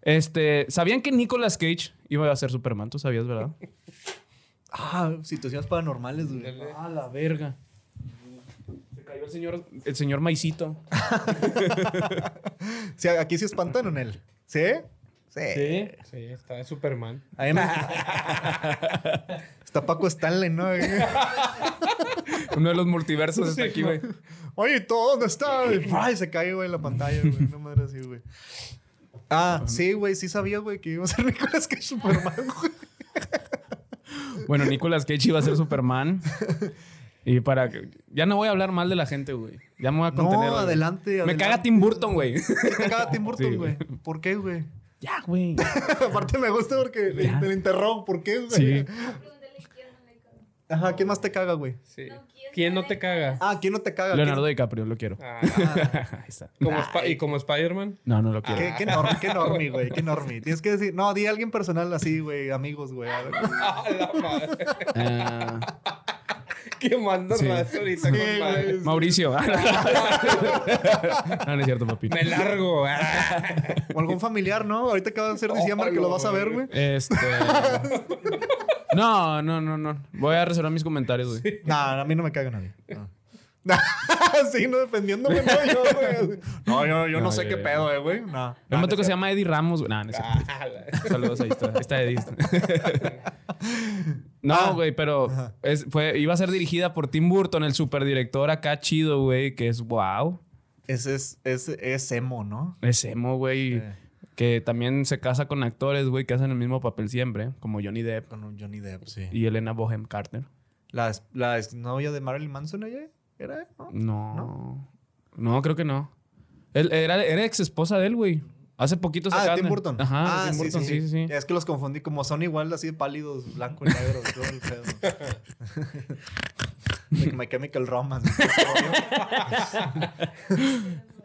Speaker 3: Este, ¿sabían que Nicolas Cage iba a ser Superman? ¿Tú sabías, verdad?
Speaker 4: Ah, situaciones paranormales, güey.
Speaker 3: Ah, la verga. Se cayó el señor, el señor Maicito.
Speaker 4: Sí, aquí se espantaron él. ¿Sí? Sí.
Speaker 5: Sí, sí, está de Superman.
Speaker 4: Ahí me- Está Paco Stanley, ¿no?
Speaker 3: Uno de los multiversos está aquí, güey.
Speaker 4: Oye, ¿todo dónde está? Y, ¡ay! se cae, güey, la pantalla, güey. Una madre así, güey. Ah, sí, güey, sí sabía, güey, que iba a ser Nicolas Cage Superman, güey.
Speaker 3: Bueno, Nicolas Cage iba a ser Superman. Y para que... Ya no voy a hablar mal de la gente, güey. Ya me voy a contener.
Speaker 4: No,
Speaker 3: güey.
Speaker 4: adelante,
Speaker 3: Me
Speaker 4: adelante.
Speaker 3: caga Tim Burton, güey.
Speaker 4: Te caga Tim Burton,
Speaker 3: Sí,
Speaker 4: güey.
Speaker 3: güey.
Speaker 4: ¿Por qué, güey?
Speaker 3: ya, güey.
Speaker 4: Aparte me gusta porque le,
Speaker 3: Ya.
Speaker 4: le interrumpo. ¿Por qué, güey?
Speaker 3: Sí.
Speaker 1: Pregúntale quién no le caga.
Speaker 4: Ajá, ¿quién más te caga, güey?
Speaker 5: Sí.
Speaker 1: No, ¿quién
Speaker 5: ¿Quién no
Speaker 1: sabe?
Speaker 5: te caga?
Speaker 4: Ah, ¿quién no te caga?
Speaker 3: Leonardo DiCaprio, lo quiero.
Speaker 5: Ah,
Speaker 3: Ahí está.
Speaker 5: como Spi- y como Spider-Man.
Speaker 3: No, no lo
Speaker 4: ¿Quién-
Speaker 3: quiero.
Speaker 4: ¿Qué, qué, normi, qué normi, güey? ¿Qué normi? Tienes que decir... No, di a alguien personal así, güey. Amigos, güey. a ver.
Speaker 5: ¡Ah, la madre!
Speaker 3: Ah,
Speaker 5: ¡Qué mando
Speaker 3: Sí.
Speaker 5: raza ahorita,
Speaker 4: Sí,
Speaker 5: compadre.
Speaker 4: güey.
Speaker 3: Mauricio. no, no es cierto, papi.
Speaker 5: Me largo. Ah.
Speaker 4: O algún familiar, ¿no? Ahorita acaba de ser diciembre que lo vas a ver, güey.
Speaker 3: Este... No, no, no, no. Voy a reservar mis comentarios, güey.
Speaker 4: No, a mí no me caga nadie. No. sí, no defendiéndome, no, yo, güey. No, yo, yo no,
Speaker 3: No,
Speaker 4: sé
Speaker 3: yo-
Speaker 4: qué
Speaker 3: yo-
Speaker 4: pedo, eh, güey. No.
Speaker 3: El
Speaker 4: no,
Speaker 3: momento que se llama Eddie Ramos, güey. No, no es cierto.
Speaker 5: Ah, la-
Speaker 3: Saludos, ahí está. Ahí está Edith. No, güey, pero es- fue, iba a ser dirigida por Tim Burton, el superdirector acá chido, güey, que es wow.
Speaker 4: Ese es, es, es emo, ¿no? Eh,
Speaker 3: Es emo, güey. Que también se casa con actores, güey, que hacen el mismo papel siempre, como Johnny Depp
Speaker 4: Con un Johnny Depp, sí.
Speaker 3: y Elena Bohem Carter.
Speaker 4: ¿La, ex- la ex novia de Marilyn Manson, ella? ¿Era? ¿No?
Speaker 3: No. No, creo que no. Él, era, era ex esposa de él, güey. Hace poquito
Speaker 4: Ah, de
Speaker 3: sacaron-
Speaker 4: Tim Burton.
Speaker 3: Ajá,
Speaker 4: ah,
Speaker 3: de Tim Burton, sí, sí, sí.
Speaker 4: Es que los confundí, como son igual así de pálidos, blanco y negro, todo el pedo. Like My Chemical Romance.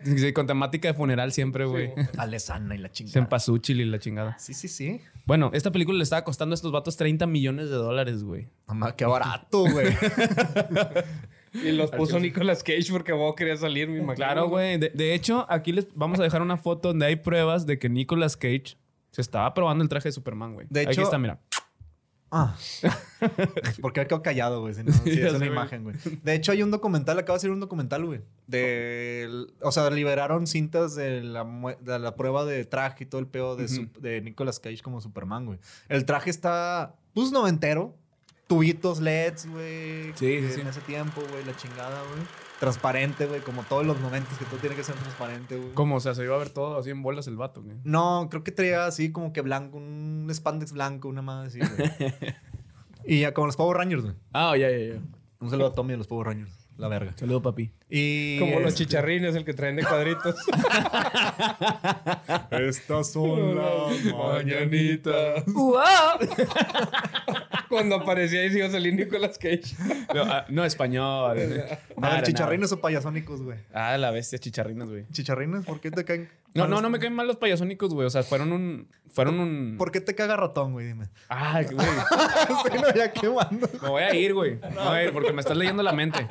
Speaker 3: Sí, sí, Con temática de funeral siempre, güey.
Speaker 4: Alesana y la chingada.
Speaker 3: Sempasuchil y la chingada.
Speaker 4: Sí, sí, sí.
Speaker 3: Bueno, esta película le estaba costando a estos vatos 30 millones de dólares, güey.
Speaker 4: Mamá, qué barato, güey.
Speaker 5: Y los puso Nicolas Cage porque vos querías salir, mi
Speaker 3: Claro, güey. De, de hecho, aquí les vamos a dejar una foto donde hay pruebas de que Nicolas Cage se estaba probando el traje de Superman, güey.
Speaker 4: De
Speaker 3: aquí
Speaker 4: hecho-
Speaker 3: está, mira.
Speaker 4: Ah. Porque me quedo callado, güey. Si no, sí,
Speaker 3: Ya
Speaker 4: es
Speaker 3: sé,
Speaker 4: una
Speaker 3: güey.
Speaker 4: imagen, güey. De hecho, hay un documental, acaba de ser un documental, güey. Del- o sea, liberaron cintas de la, mue- de la prueba de traje y todo el peo de, su- de Nicolas Cage como Superman, güey. El traje está, pues, noventero. Tubitos, LEDs, güey.
Speaker 3: Sí, sí,
Speaker 4: que
Speaker 3: sí.
Speaker 4: En ese tiempo, güey, la chingada, güey. Transparente, güey, como todos los momentos que todo tiene que ser transparente, güey.
Speaker 3: ¿Cómo? O sea, se iba a ver todo así en bolas el vato, güey.
Speaker 4: No, creo que traía así como que blanco, un spandex blanco, una madre así, güey. y ya, como los Power Rangers, güey.
Speaker 3: Ah, ya, ya, ya.
Speaker 4: Un saludo a Tommy de los Power Rangers. La verga.
Speaker 3: Saludo, papi.
Speaker 4: Y.
Speaker 5: Como los chicharrines, el que traen de cuadritos.
Speaker 4: Estas son las mañanitas.
Speaker 3: ¡Wow!
Speaker 5: Cuando aparecía ahí sí iba a salir Nicolas Cage.
Speaker 3: No, ah, no, español.
Speaker 4: No,
Speaker 3: Nada,
Speaker 4: chicharrines o payasónicos, güey.
Speaker 3: nada. Ah, la bestia, chicharrinos, güey.
Speaker 4: ¿Chicharrines? ¿Por qué te caen?
Speaker 3: No, no, no me caen mal los payasónicos, güey. O sea, fueron un. Fueron un.
Speaker 4: ¿Por qué te caga ratón, güey? Dime.
Speaker 3: Ah, güey.
Speaker 4: Estoy no, ya quemando.
Speaker 3: Me voy a ir, güey. Me voy a ir porque me estás leyendo la mente.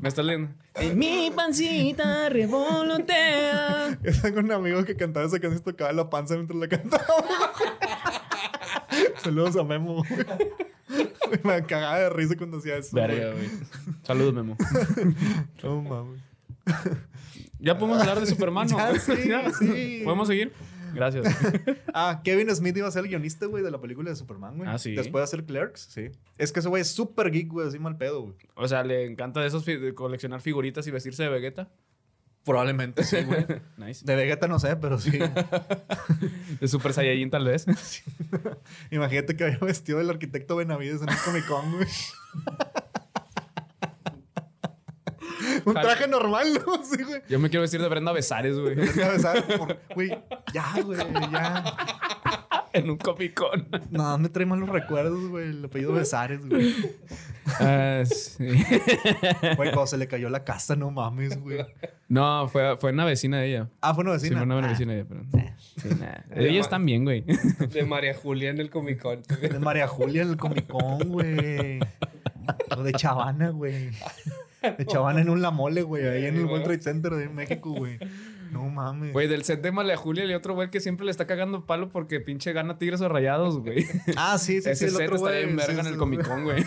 Speaker 3: me estás leyendo. En mi pancita revolotea.
Speaker 4: Yo tengo un amigo que cantaba esa canción y tocaba la panza mientras la cantaba. Saludos a Memo. güey. Me cagaba de risa cuando hacía eso.
Speaker 3: Verga, güey. Saludos, Memo.
Speaker 4: güey. No mames.
Speaker 3: Ya podemos hablar de Superman, ¿no?
Speaker 4: Ya, sí, sí.
Speaker 3: ¿Podemos seguir? Gracias.
Speaker 4: Ah, Kevin Smith iba a ser el guionista, güey, de la película de Superman, güey.
Speaker 3: Ah, sí.
Speaker 4: Después de hacer Clerks, sí. Es que ese güey es súper geek, güey, así mal pedo, güey.
Speaker 3: O sea, le encanta de esos fi- de coleccionar figuritas y vestirse de Vegeta.
Speaker 4: Probablemente sí, güey.
Speaker 3: Nice.
Speaker 4: De Vegeta no sé, pero sí.
Speaker 3: De Super Saiyajin, tal vez.
Speaker 4: Imagínate que había vestido el arquitecto Benavides en un Comic Con, güey. un traje normal, ¿no? Sí, güey.
Speaker 3: Yo me quiero vestir de Brenda Besares, güey.
Speaker 4: Ya ves, ¿sabes? Por- Güey, ya, güey, ya.
Speaker 3: En un Comic Con.
Speaker 4: No, me trae malos recuerdos, güey. El apellido Besares, güey.
Speaker 3: Ah, sí.
Speaker 4: Güey, cuando se le cayó la casa, no mames, güey.
Speaker 3: No, fue, fue una vecina de ella.
Speaker 4: Ah, fue una
Speaker 3: Sí,
Speaker 4: vecina.
Speaker 3: fue una
Speaker 4: Ah,
Speaker 3: vecina de ella, pero. Sí, nah. Ellas también, güey.
Speaker 5: De María Julia en el Comic Con.
Speaker 4: De María Julia en el Comic Con, güey. O de Chavana, güey. De Chavana en un La Mole, güey. Ahí en el World Trade Center de México, güey. No mames.
Speaker 3: Güey, del set de María Julia y otro güey que siempre le está cagando palo porque pinche gana tigres o rayados, güey.
Speaker 4: Ah, sí, sí, sí.
Speaker 3: Ese
Speaker 4: el
Speaker 3: set
Speaker 4: otro
Speaker 3: está
Speaker 4: güey,
Speaker 3: bien
Speaker 4: sí,
Speaker 3: verga en
Speaker 4: sí,
Speaker 3: el
Speaker 4: sí.
Speaker 3: Comic Con, güey.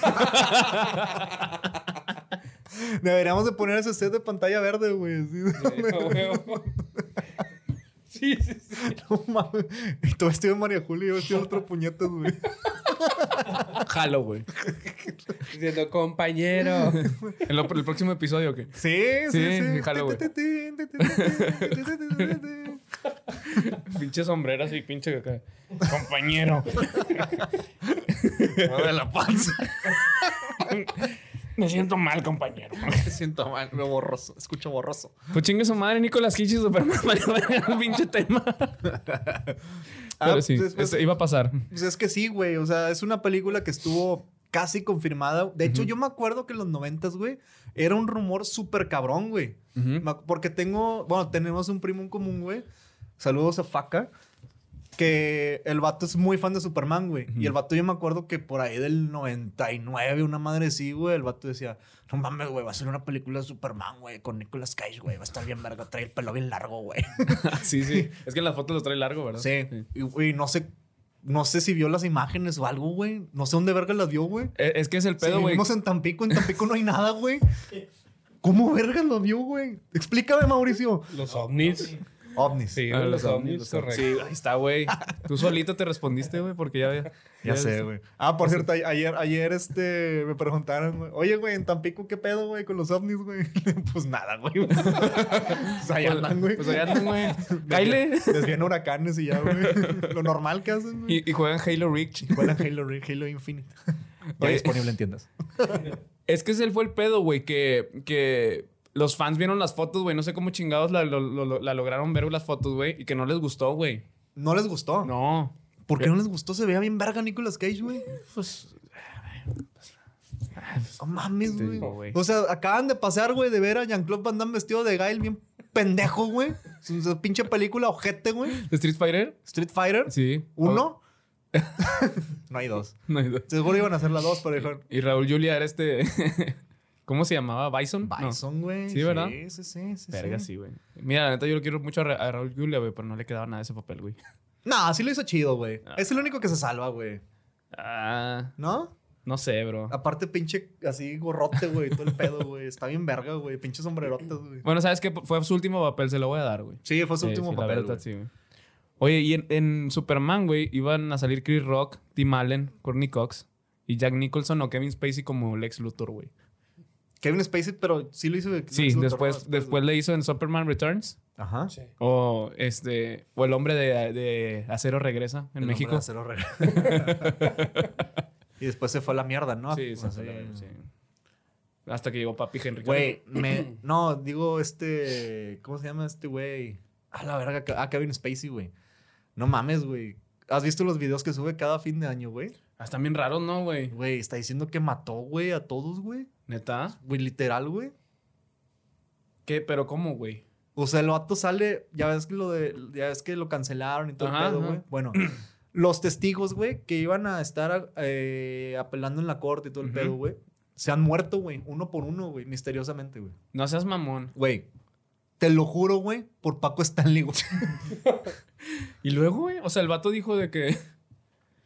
Speaker 4: Deberíamos de poner ese set de pantalla verde, güey. así.
Speaker 5: Sí, sí, sí.
Speaker 4: No mames. Y tú vestido de María Julia y yo vestido de otro puñetas, güey.
Speaker 3: Jalo, güey.
Speaker 5: Diciendo, compañero.
Speaker 3: En lo- el próximo episodio, ¿qué?
Speaker 4: Sí, sí,
Speaker 3: Sí,
Speaker 4: sí.
Speaker 3: sí, jalo, güey. Pinche sombreras y pinche acá. Compañero.
Speaker 4: Mueve la panza.
Speaker 3: Me siento mal, compañero.
Speaker 4: Me siento mal, me borroso. Escucho borroso.
Speaker 3: Pues chingue su madre, Nicolás Kitsch y Superman para el pinche tema. Pero sí,
Speaker 4: pues, pues,
Speaker 3: este, iba a pasar.
Speaker 4: Pues es que sí, güey. O sea, es una película que estuvo casi confirmada. De hecho, yo me acuerdo que en los noventas, güey, era un rumor súper cabrón, güey.
Speaker 3: Ujú.
Speaker 4: Me ac- Porque tengo, bueno, tenemos un primo en común, güey. Saludos a Faca. Que el vato es muy fan de Superman, güey. Y el vato yo me acuerdo que por ahí del 99, una madre sí, güey, el vato decía, no mames, güey, va a ser una película de Superman, güey, con Nicolas Cage, güey, va a estar bien verga, trae el pelo bien largo, güey.
Speaker 3: Sí, sí. Es que en las fotos los trae largo, ¿verdad?
Speaker 4: Ah, Sí. Y, güey, no sé. No sé si vio las imágenes o algo, güey. No sé dónde verga las vio, güey.
Speaker 3: Eh, Es que es el
Speaker 4: Si
Speaker 3: pedo, güey.
Speaker 4: vivimos en Tampico, en Tampico no hay nada, güey. ¿Cómo verga lo vio, güey? Explícame, Mauricio.
Speaker 5: Los ovnis.
Speaker 4: Ovnis.
Speaker 5: Sí,
Speaker 3: Ah,
Speaker 5: los, ovnis,
Speaker 3: los
Speaker 5: correcto.
Speaker 3: Sí, ahí está, güey. Tú solito te respondiste, güey, porque ya... Ya,
Speaker 4: Ya sé, güey. Ah, por cierto, a- ayer, ayer este, me preguntaron, güey, oye, güey, en Tampico, ¿qué pedo, güey, con los ovnis, güey? pues nada, güey. pues ahí
Speaker 3: Pues-
Speaker 4: andan, güey.
Speaker 3: Pues allá andan, güey. Caile.
Speaker 4: Desvían huracanes y ya, güey. Lo normal que hacen, güey.
Speaker 3: Y, y juegan Halo Reach.
Speaker 4: Juegan Halo, Re- Halo Infinite. Ya
Speaker 3: Oye.
Speaker 4: disponible en tiendas.
Speaker 3: Es que ese fue el pedo, güey, que, que los fans vieron las fotos, güey. No sé cómo chingados la, lo- lo- la lograron ver las fotos, güey, y que no les gustó, güey.
Speaker 4: No les gustó.
Speaker 3: No.
Speaker 4: ¿Por qué no les gustó? Se veía bien verga Nicolas Cage, güey.
Speaker 3: Pues
Speaker 4: Pues, No mames,
Speaker 3: Te
Speaker 4: güey.
Speaker 3: digo, güey.
Speaker 4: O sea, acaban de pasar, güey, de ver a Jean-Claude Van Damme vestido de Gail bien pendejo, güey. Su, su pinche película ojete, güey.
Speaker 3: Street Fighter.
Speaker 4: Street Fighter.
Speaker 3: Sí. Oh.
Speaker 4: Uno. no hay dos.
Speaker 3: No, no.
Speaker 4: Seguro iban a hacer las dos, pero dijeron...
Speaker 3: Y Raúl Julia era este. ¿Cómo se llamaba? ¿Bison? No.
Speaker 4: Bison, güey.
Speaker 3: Sí, ¿verdad?
Speaker 4: Sí, sí, sí. sí,
Speaker 3: Verga, sí, güey. Mira, la neta, yo lo quiero mucho a, Ra- a Raúl Julia, güey, pero no le quedaba nada de ese papel, güey.
Speaker 4: No, sí lo hizo chido, güey.
Speaker 3: Ah.
Speaker 4: Es el único que se salva, güey.
Speaker 3: Ah,
Speaker 4: ¿No?
Speaker 3: no sé, bro.
Speaker 4: Aparte, pinche así gorrote, güey. Todo el pedo, güey. Está bien verga, güey. Pinche sombrerotas, güey.
Speaker 3: Bueno, ¿sabes qué? Fue su último papel, se lo voy a dar, güey.
Speaker 4: Sí, fue su
Speaker 3: Sí,
Speaker 4: último
Speaker 3: sí, la
Speaker 4: papel,
Speaker 3: verdad,
Speaker 4: güey.
Speaker 3: sí, güey. Oye, y en, en Superman, güey, iban a salir Chris Rock, Tim Allen, Courtney Cox y Jack Nicholson o Kevin Spacey como Lex Luthor, güey.
Speaker 4: Kevin Spacey, pero sí lo hizo...
Speaker 3: Sí,
Speaker 4: lo hizo pues,
Speaker 3: después,
Speaker 4: Thor,
Speaker 3: después le hizo en Superman Returns
Speaker 4: Ajá.
Speaker 5: Sí.
Speaker 3: o este o El hombre de, de acero regresa en
Speaker 4: El hombre de
Speaker 3: México.
Speaker 4: acero regla. y después se fue a la mierda, ¿no?
Speaker 3: Sí,
Speaker 4: Así-
Speaker 3: sí, sí. Hasta que llegó Papi Henry.
Speaker 4: Ah, Güey, me... No, digo este... ¿Cómo se llama este güey? A la verga. ah, A Kevin Spacey, güey. No mames, güey. ¿Has visto los videos que sube cada fin de año, güey?
Speaker 3: Ah, Están bien raros, ¿no, güey?
Speaker 4: Güey, está diciendo que mató, güey, a todos, güey.
Speaker 3: ¿Neta?
Speaker 4: Güey, literal, güey.
Speaker 3: ¿Qué? ¿Pero cómo, güey?
Speaker 4: O sea, el vato sale, ya ves que lo de, ya ves que lo cancelaron y todo
Speaker 3: Ajá,
Speaker 4: el pedo,
Speaker 3: ajá.
Speaker 4: güey. Bueno, los testigos, güey, que iban a estar eh, apelando en la corte y todo el
Speaker 3: Ujú.
Speaker 4: pedo, güey, se han muerto, güey, uno por uno, güey, misteriosamente, güey.
Speaker 3: No seas mamón.
Speaker 4: Güey, te lo juro, güey, por Paco Stanley, güey.
Speaker 3: Y luego, güey, o sea, el vato dijo de que...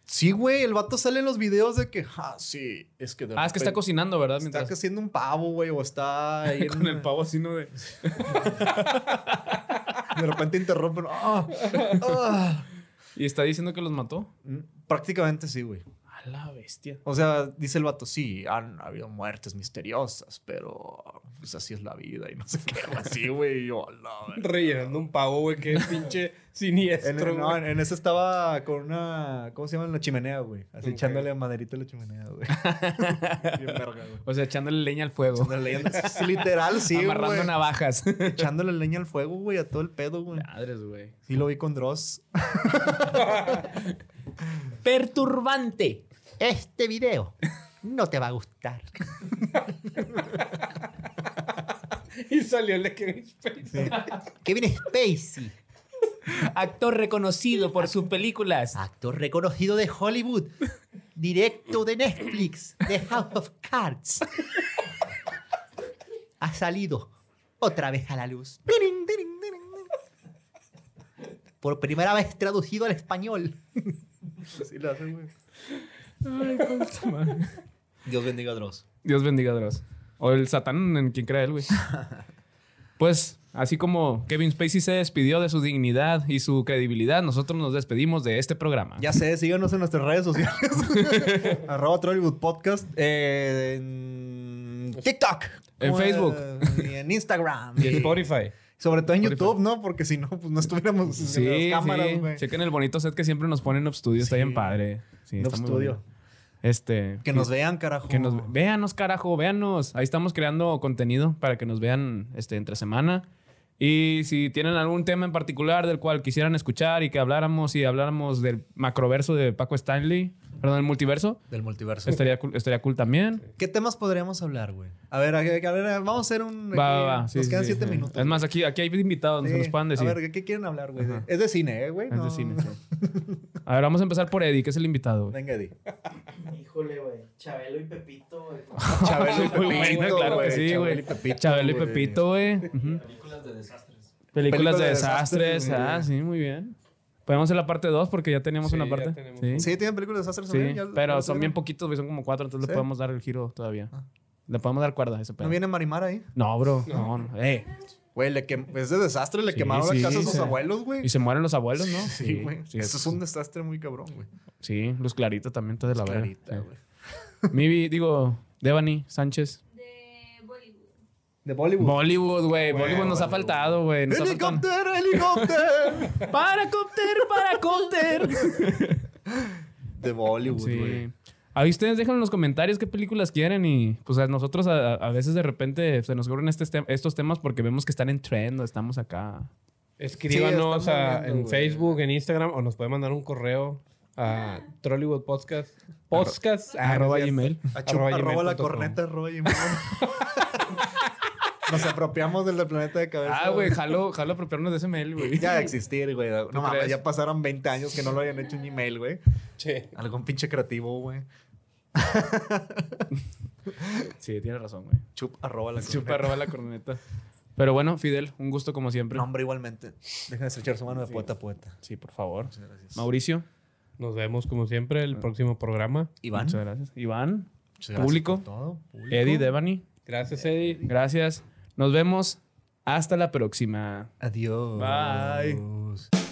Speaker 4: Sí, güey, el vato sale en los videos de que, ah, sí, es que de
Speaker 3: Ah, es que está
Speaker 4: repente
Speaker 3: cocinando, ¿verdad?
Speaker 4: Está
Speaker 3: Mientras...
Speaker 4: haciendo un pavo, güey, o está ahí
Speaker 3: Con
Speaker 4: en-
Speaker 3: el pavo así, ¿no? De...
Speaker 4: De repente interrumpen. "Ah, ah".
Speaker 3: Y está diciendo que los mató.
Speaker 4: Mm, Prácticamente sí, güey.
Speaker 3: A la bestia.
Speaker 4: O sea, dice el vato, sí, han habido muertes misteriosas, pero pues así es la vida y no sé qué, o así, güey. y Yo, "A la verga".
Speaker 5: Rellenando un pavo, güey, que pinche
Speaker 4: En,
Speaker 5: siniestro.
Speaker 4: no,
Speaker 5: güey.
Speaker 4: en, en ese estaba con una, ¿cómo se llama? En la chimenea, güey. Así
Speaker 5: Ok.
Speaker 4: echándole maderita a la chimenea, güey. Bien verga, güey.
Speaker 3: O sea, echándole leña al fuego.
Speaker 4: Echándole leña- sí, Literal, sí,
Speaker 3: amarrando
Speaker 4: güey.
Speaker 3: navajas.
Speaker 4: Echándole leña al fuego, güey, a todo el pedo, güey.
Speaker 3: Madres, güey.
Speaker 4: Sí lo vi con Dross.
Speaker 3: Perturbante.
Speaker 2: Este video no te va a gustar.
Speaker 5: Y salió el de Kevin Spacey.
Speaker 2: Kevin Spacey,
Speaker 3: Actor reconocido por sus películas.
Speaker 2: actor reconocido de Hollywood, directo de Netflix, de House of Cards, ha salido otra vez a la luz. Tirin, tirin, tirin, tirin. Por primera vez traducido al español.
Speaker 4: Sí lo hace, güey.
Speaker 2: Dios bendiga a Dross.
Speaker 3: Dios bendiga a Dross. O el Satán en quien crea él, güey. Pues, así como Kevin Spacey se despidió de su dignidad y su credibilidad, nosotros nos despedimos de este programa.
Speaker 4: Ya sé, síganos en nuestras redes sociales. Arroba Trollywood Podcast. eh, en TikTok.
Speaker 3: En
Speaker 4: como,
Speaker 3: Facebook.
Speaker 4: eh, Y en Instagram.
Speaker 5: Y Spotify.
Speaker 4: Sobre todo en
Speaker 3: Spotify.
Speaker 4: YouTube, ¿no? Porque si no, pues no estuviéramos
Speaker 3: Sí,
Speaker 4: en las cámaras,
Speaker 3: sí.
Speaker 4: güey.
Speaker 3: Chequen el bonito set que siempre nos ponen en Up Studio. Está
Speaker 4: Sí.
Speaker 3: bien padre. Sí,
Speaker 4: Noob
Speaker 3: está muy
Speaker 4: Studio.
Speaker 3: bonito. Este.
Speaker 4: Que nos vean, carajo.
Speaker 3: Que nos véanos, carajo, véanos. Ahí estamos creando contenido para que nos vean este, entre semana. Y si tienen algún tema en particular del cual quisieran escuchar y que habláramos y habláramos del macroverso de Paco Stanley, perdón, el multiverso,
Speaker 4: Del multiverso.
Speaker 3: estaría cool, estaría cool también.
Speaker 4: ¿Qué temas podríamos hablar, güey? A ver, a, ver, a ver, vamos a hacer un...
Speaker 3: Va,
Speaker 4: aquí-
Speaker 3: va, va. Sí,
Speaker 4: nos
Speaker 3: sí,
Speaker 4: quedan
Speaker 3: sí.
Speaker 4: siete minutos.
Speaker 3: Es más, aquí, aquí hay invitados, se
Speaker 4: Sí.
Speaker 3: nos puedan decir.
Speaker 4: A ver, ¿qué quieren hablar, güey?
Speaker 3: Ajá.
Speaker 4: Es de cine, ¿eh, güey?
Speaker 3: Es de
Speaker 4: No.
Speaker 3: cine, sí. A ver, vamos a empezar por Eddie, que es el invitado. güey.
Speaker 4: Venga, Eddie.
Speaker 6: Híjole, güey. Chabelo y Pepito, güey.
Speaker 4: Chabelo y
Speaker 3: Muy bueno,
Speaker 4: Pepito,
Speaker 3: claro que
Speaker 4: güey.
Speaker 3: sí,
Speaker 4: Chabelo
Speaker 3: güey.
Speaker 4: y Pepito,
Speaker 3: Chabelo y
Speaker 4: güey.
Speaker 3: Pepito, güey. Ujú.
Speaker 6: Películas de desastres.
Speaker 3: Películas de
Speaker 4: de
Speaker 3: desastres.
Speaker 4: desastres, güey.
Speaker 3: Ah, sí, muy bien. Podemos hacer la parte 2 porque ya teníamos
Speaker 5: Sí,
Speaker 3: una
Speaker 5: ya
Speaker 3: parte.
Speaker 5: tenemos
Speaker 3: Sí,
Speaker 5: una.
Speaker 4: Sí, tienen películas de desastres
Speaker 3: sí,
Speaker 4: también, pues, ya- ya
Speaker 3: pero
Speaker 4: lo
Speaker 3: son bien
Speaker 4: tuvieron.
Speaker 3: poquitos, güey, son como cuatro, entonces
Speaker 4: Sí.
Speaker 3: le podemos dar el giro todavía.
Speaker 4: Ah.
Speaker 3: Le podemos dar cuerda a ese pedo.
Speaker 4: ¿No
Speaker 3: No,
Speaker 4: viene Marimar ahí?
Speaker 3: bro, no, no. Eh,
Speaker 4: Güey, le quem- es de desastre, le
Speaker 3: Sí,
Speaker 4: quemaron
Speaker 3: sí,
Speaker 4: la casa a sus
Speaker 3: sí.
Speaker 4: abuelos, güey.
Speaker 3: y se mueren los abuelos, ¿no?
Speaker 4: Sí, güey.
Speaker 3: Sí,
Speaker 4: Eso es un desastre muy cabrón, güey.
Speaker 3: sí, Luz Clarita también está de la verga.
Speaker 4: Clarita, güey.
Speaker 3: Sí. Mivi, digo, Devani, Sánchez.
Speaker 1: De Bollywood.
Speaker 4: De Bollywood.
Speaker 3: Bollywood, güey.
Speaker 5: Güey,
Speaker 3: Bollywood nos ha
Speaker 4: Bollywood.
Speaker 3: faltado, güey. Nos ha faltado.
Speaker 4: ¡Helicóptero, helicóptero!
Speaker 3: Para cópter, para cópter.
Speaker 4: de Bollywood, güey.
Speaker 3: Sí. Ahí ustedes dejan en los comentarios qué películas quieren y pues a nosotros a, a veces de repente se nos ocurren este tem- estos temas porque vemos que están en trend o estamos acá.
Speaker 5: Escríbanos
Speaker 4: Sí, estamos
Speaker 5: a-
Speaker 4: viendo,
Speaker 5: en
Speaker 4: güey.
Speaker 5: Facebook, en Instagram o nos puede mandar un correo a Trollywood Podcast. Podcast. ah,
Speaker 3: arroba
Speaker 5: no es
Speaker 3: Gmail.
Speaker 5: cierto.
Speaker 4: A chup- Arroba, la
Speaker 5: gmail.com.
Speaker 4: corneta, arroba Jimena. Nos apropiamos del planeta de cabeza.
Speaker 3: Ah, güey, jalo, jalo apropiarnos de ese mail, güey.
Speaker 4: Ya de existir, güey. No mames,
Speaker 3: crees?
Speaker 4: ya pasaron 20 años que no lo hayan hecho en Gmail, güey.
Speaker 5: Che.
Speaker 4: Algún pinche creativo, güey.
Speaker 3: Sí, tienes razón, güey.
Speaker 4: Chup, arroba la corneta.
Speaker 3: Chupa, arroba la corneta. Pero bueno, Fidel, un gusto como siempre.
Speaker 4: No, hombre, igualmente. Deja de estrechar su mano de poeta a poeta.
Speaker 3: Sí, por favor.
Speaker 4: Muchas gracias.
Speaker 3: Mauricio,
Speaker 5: Nos vemos como siempre
Speaker 4: Ah.
Speaker 5: el próximo programa.
Speaker 4: Iván.
Speaker 3: muchas gracias. Iván,
Speaker 4: Muchas gracias
Speaker 3: Público.
Speaker 4: por todo. Público.
Speaker 3: Eddie, Devani,
Speaker 5: Gracias, Eddie.
Speaker 3: gracias. Nos vemos. Hasta la próxima.
Speaker 4: Adiós.
Speaker 3: Bye.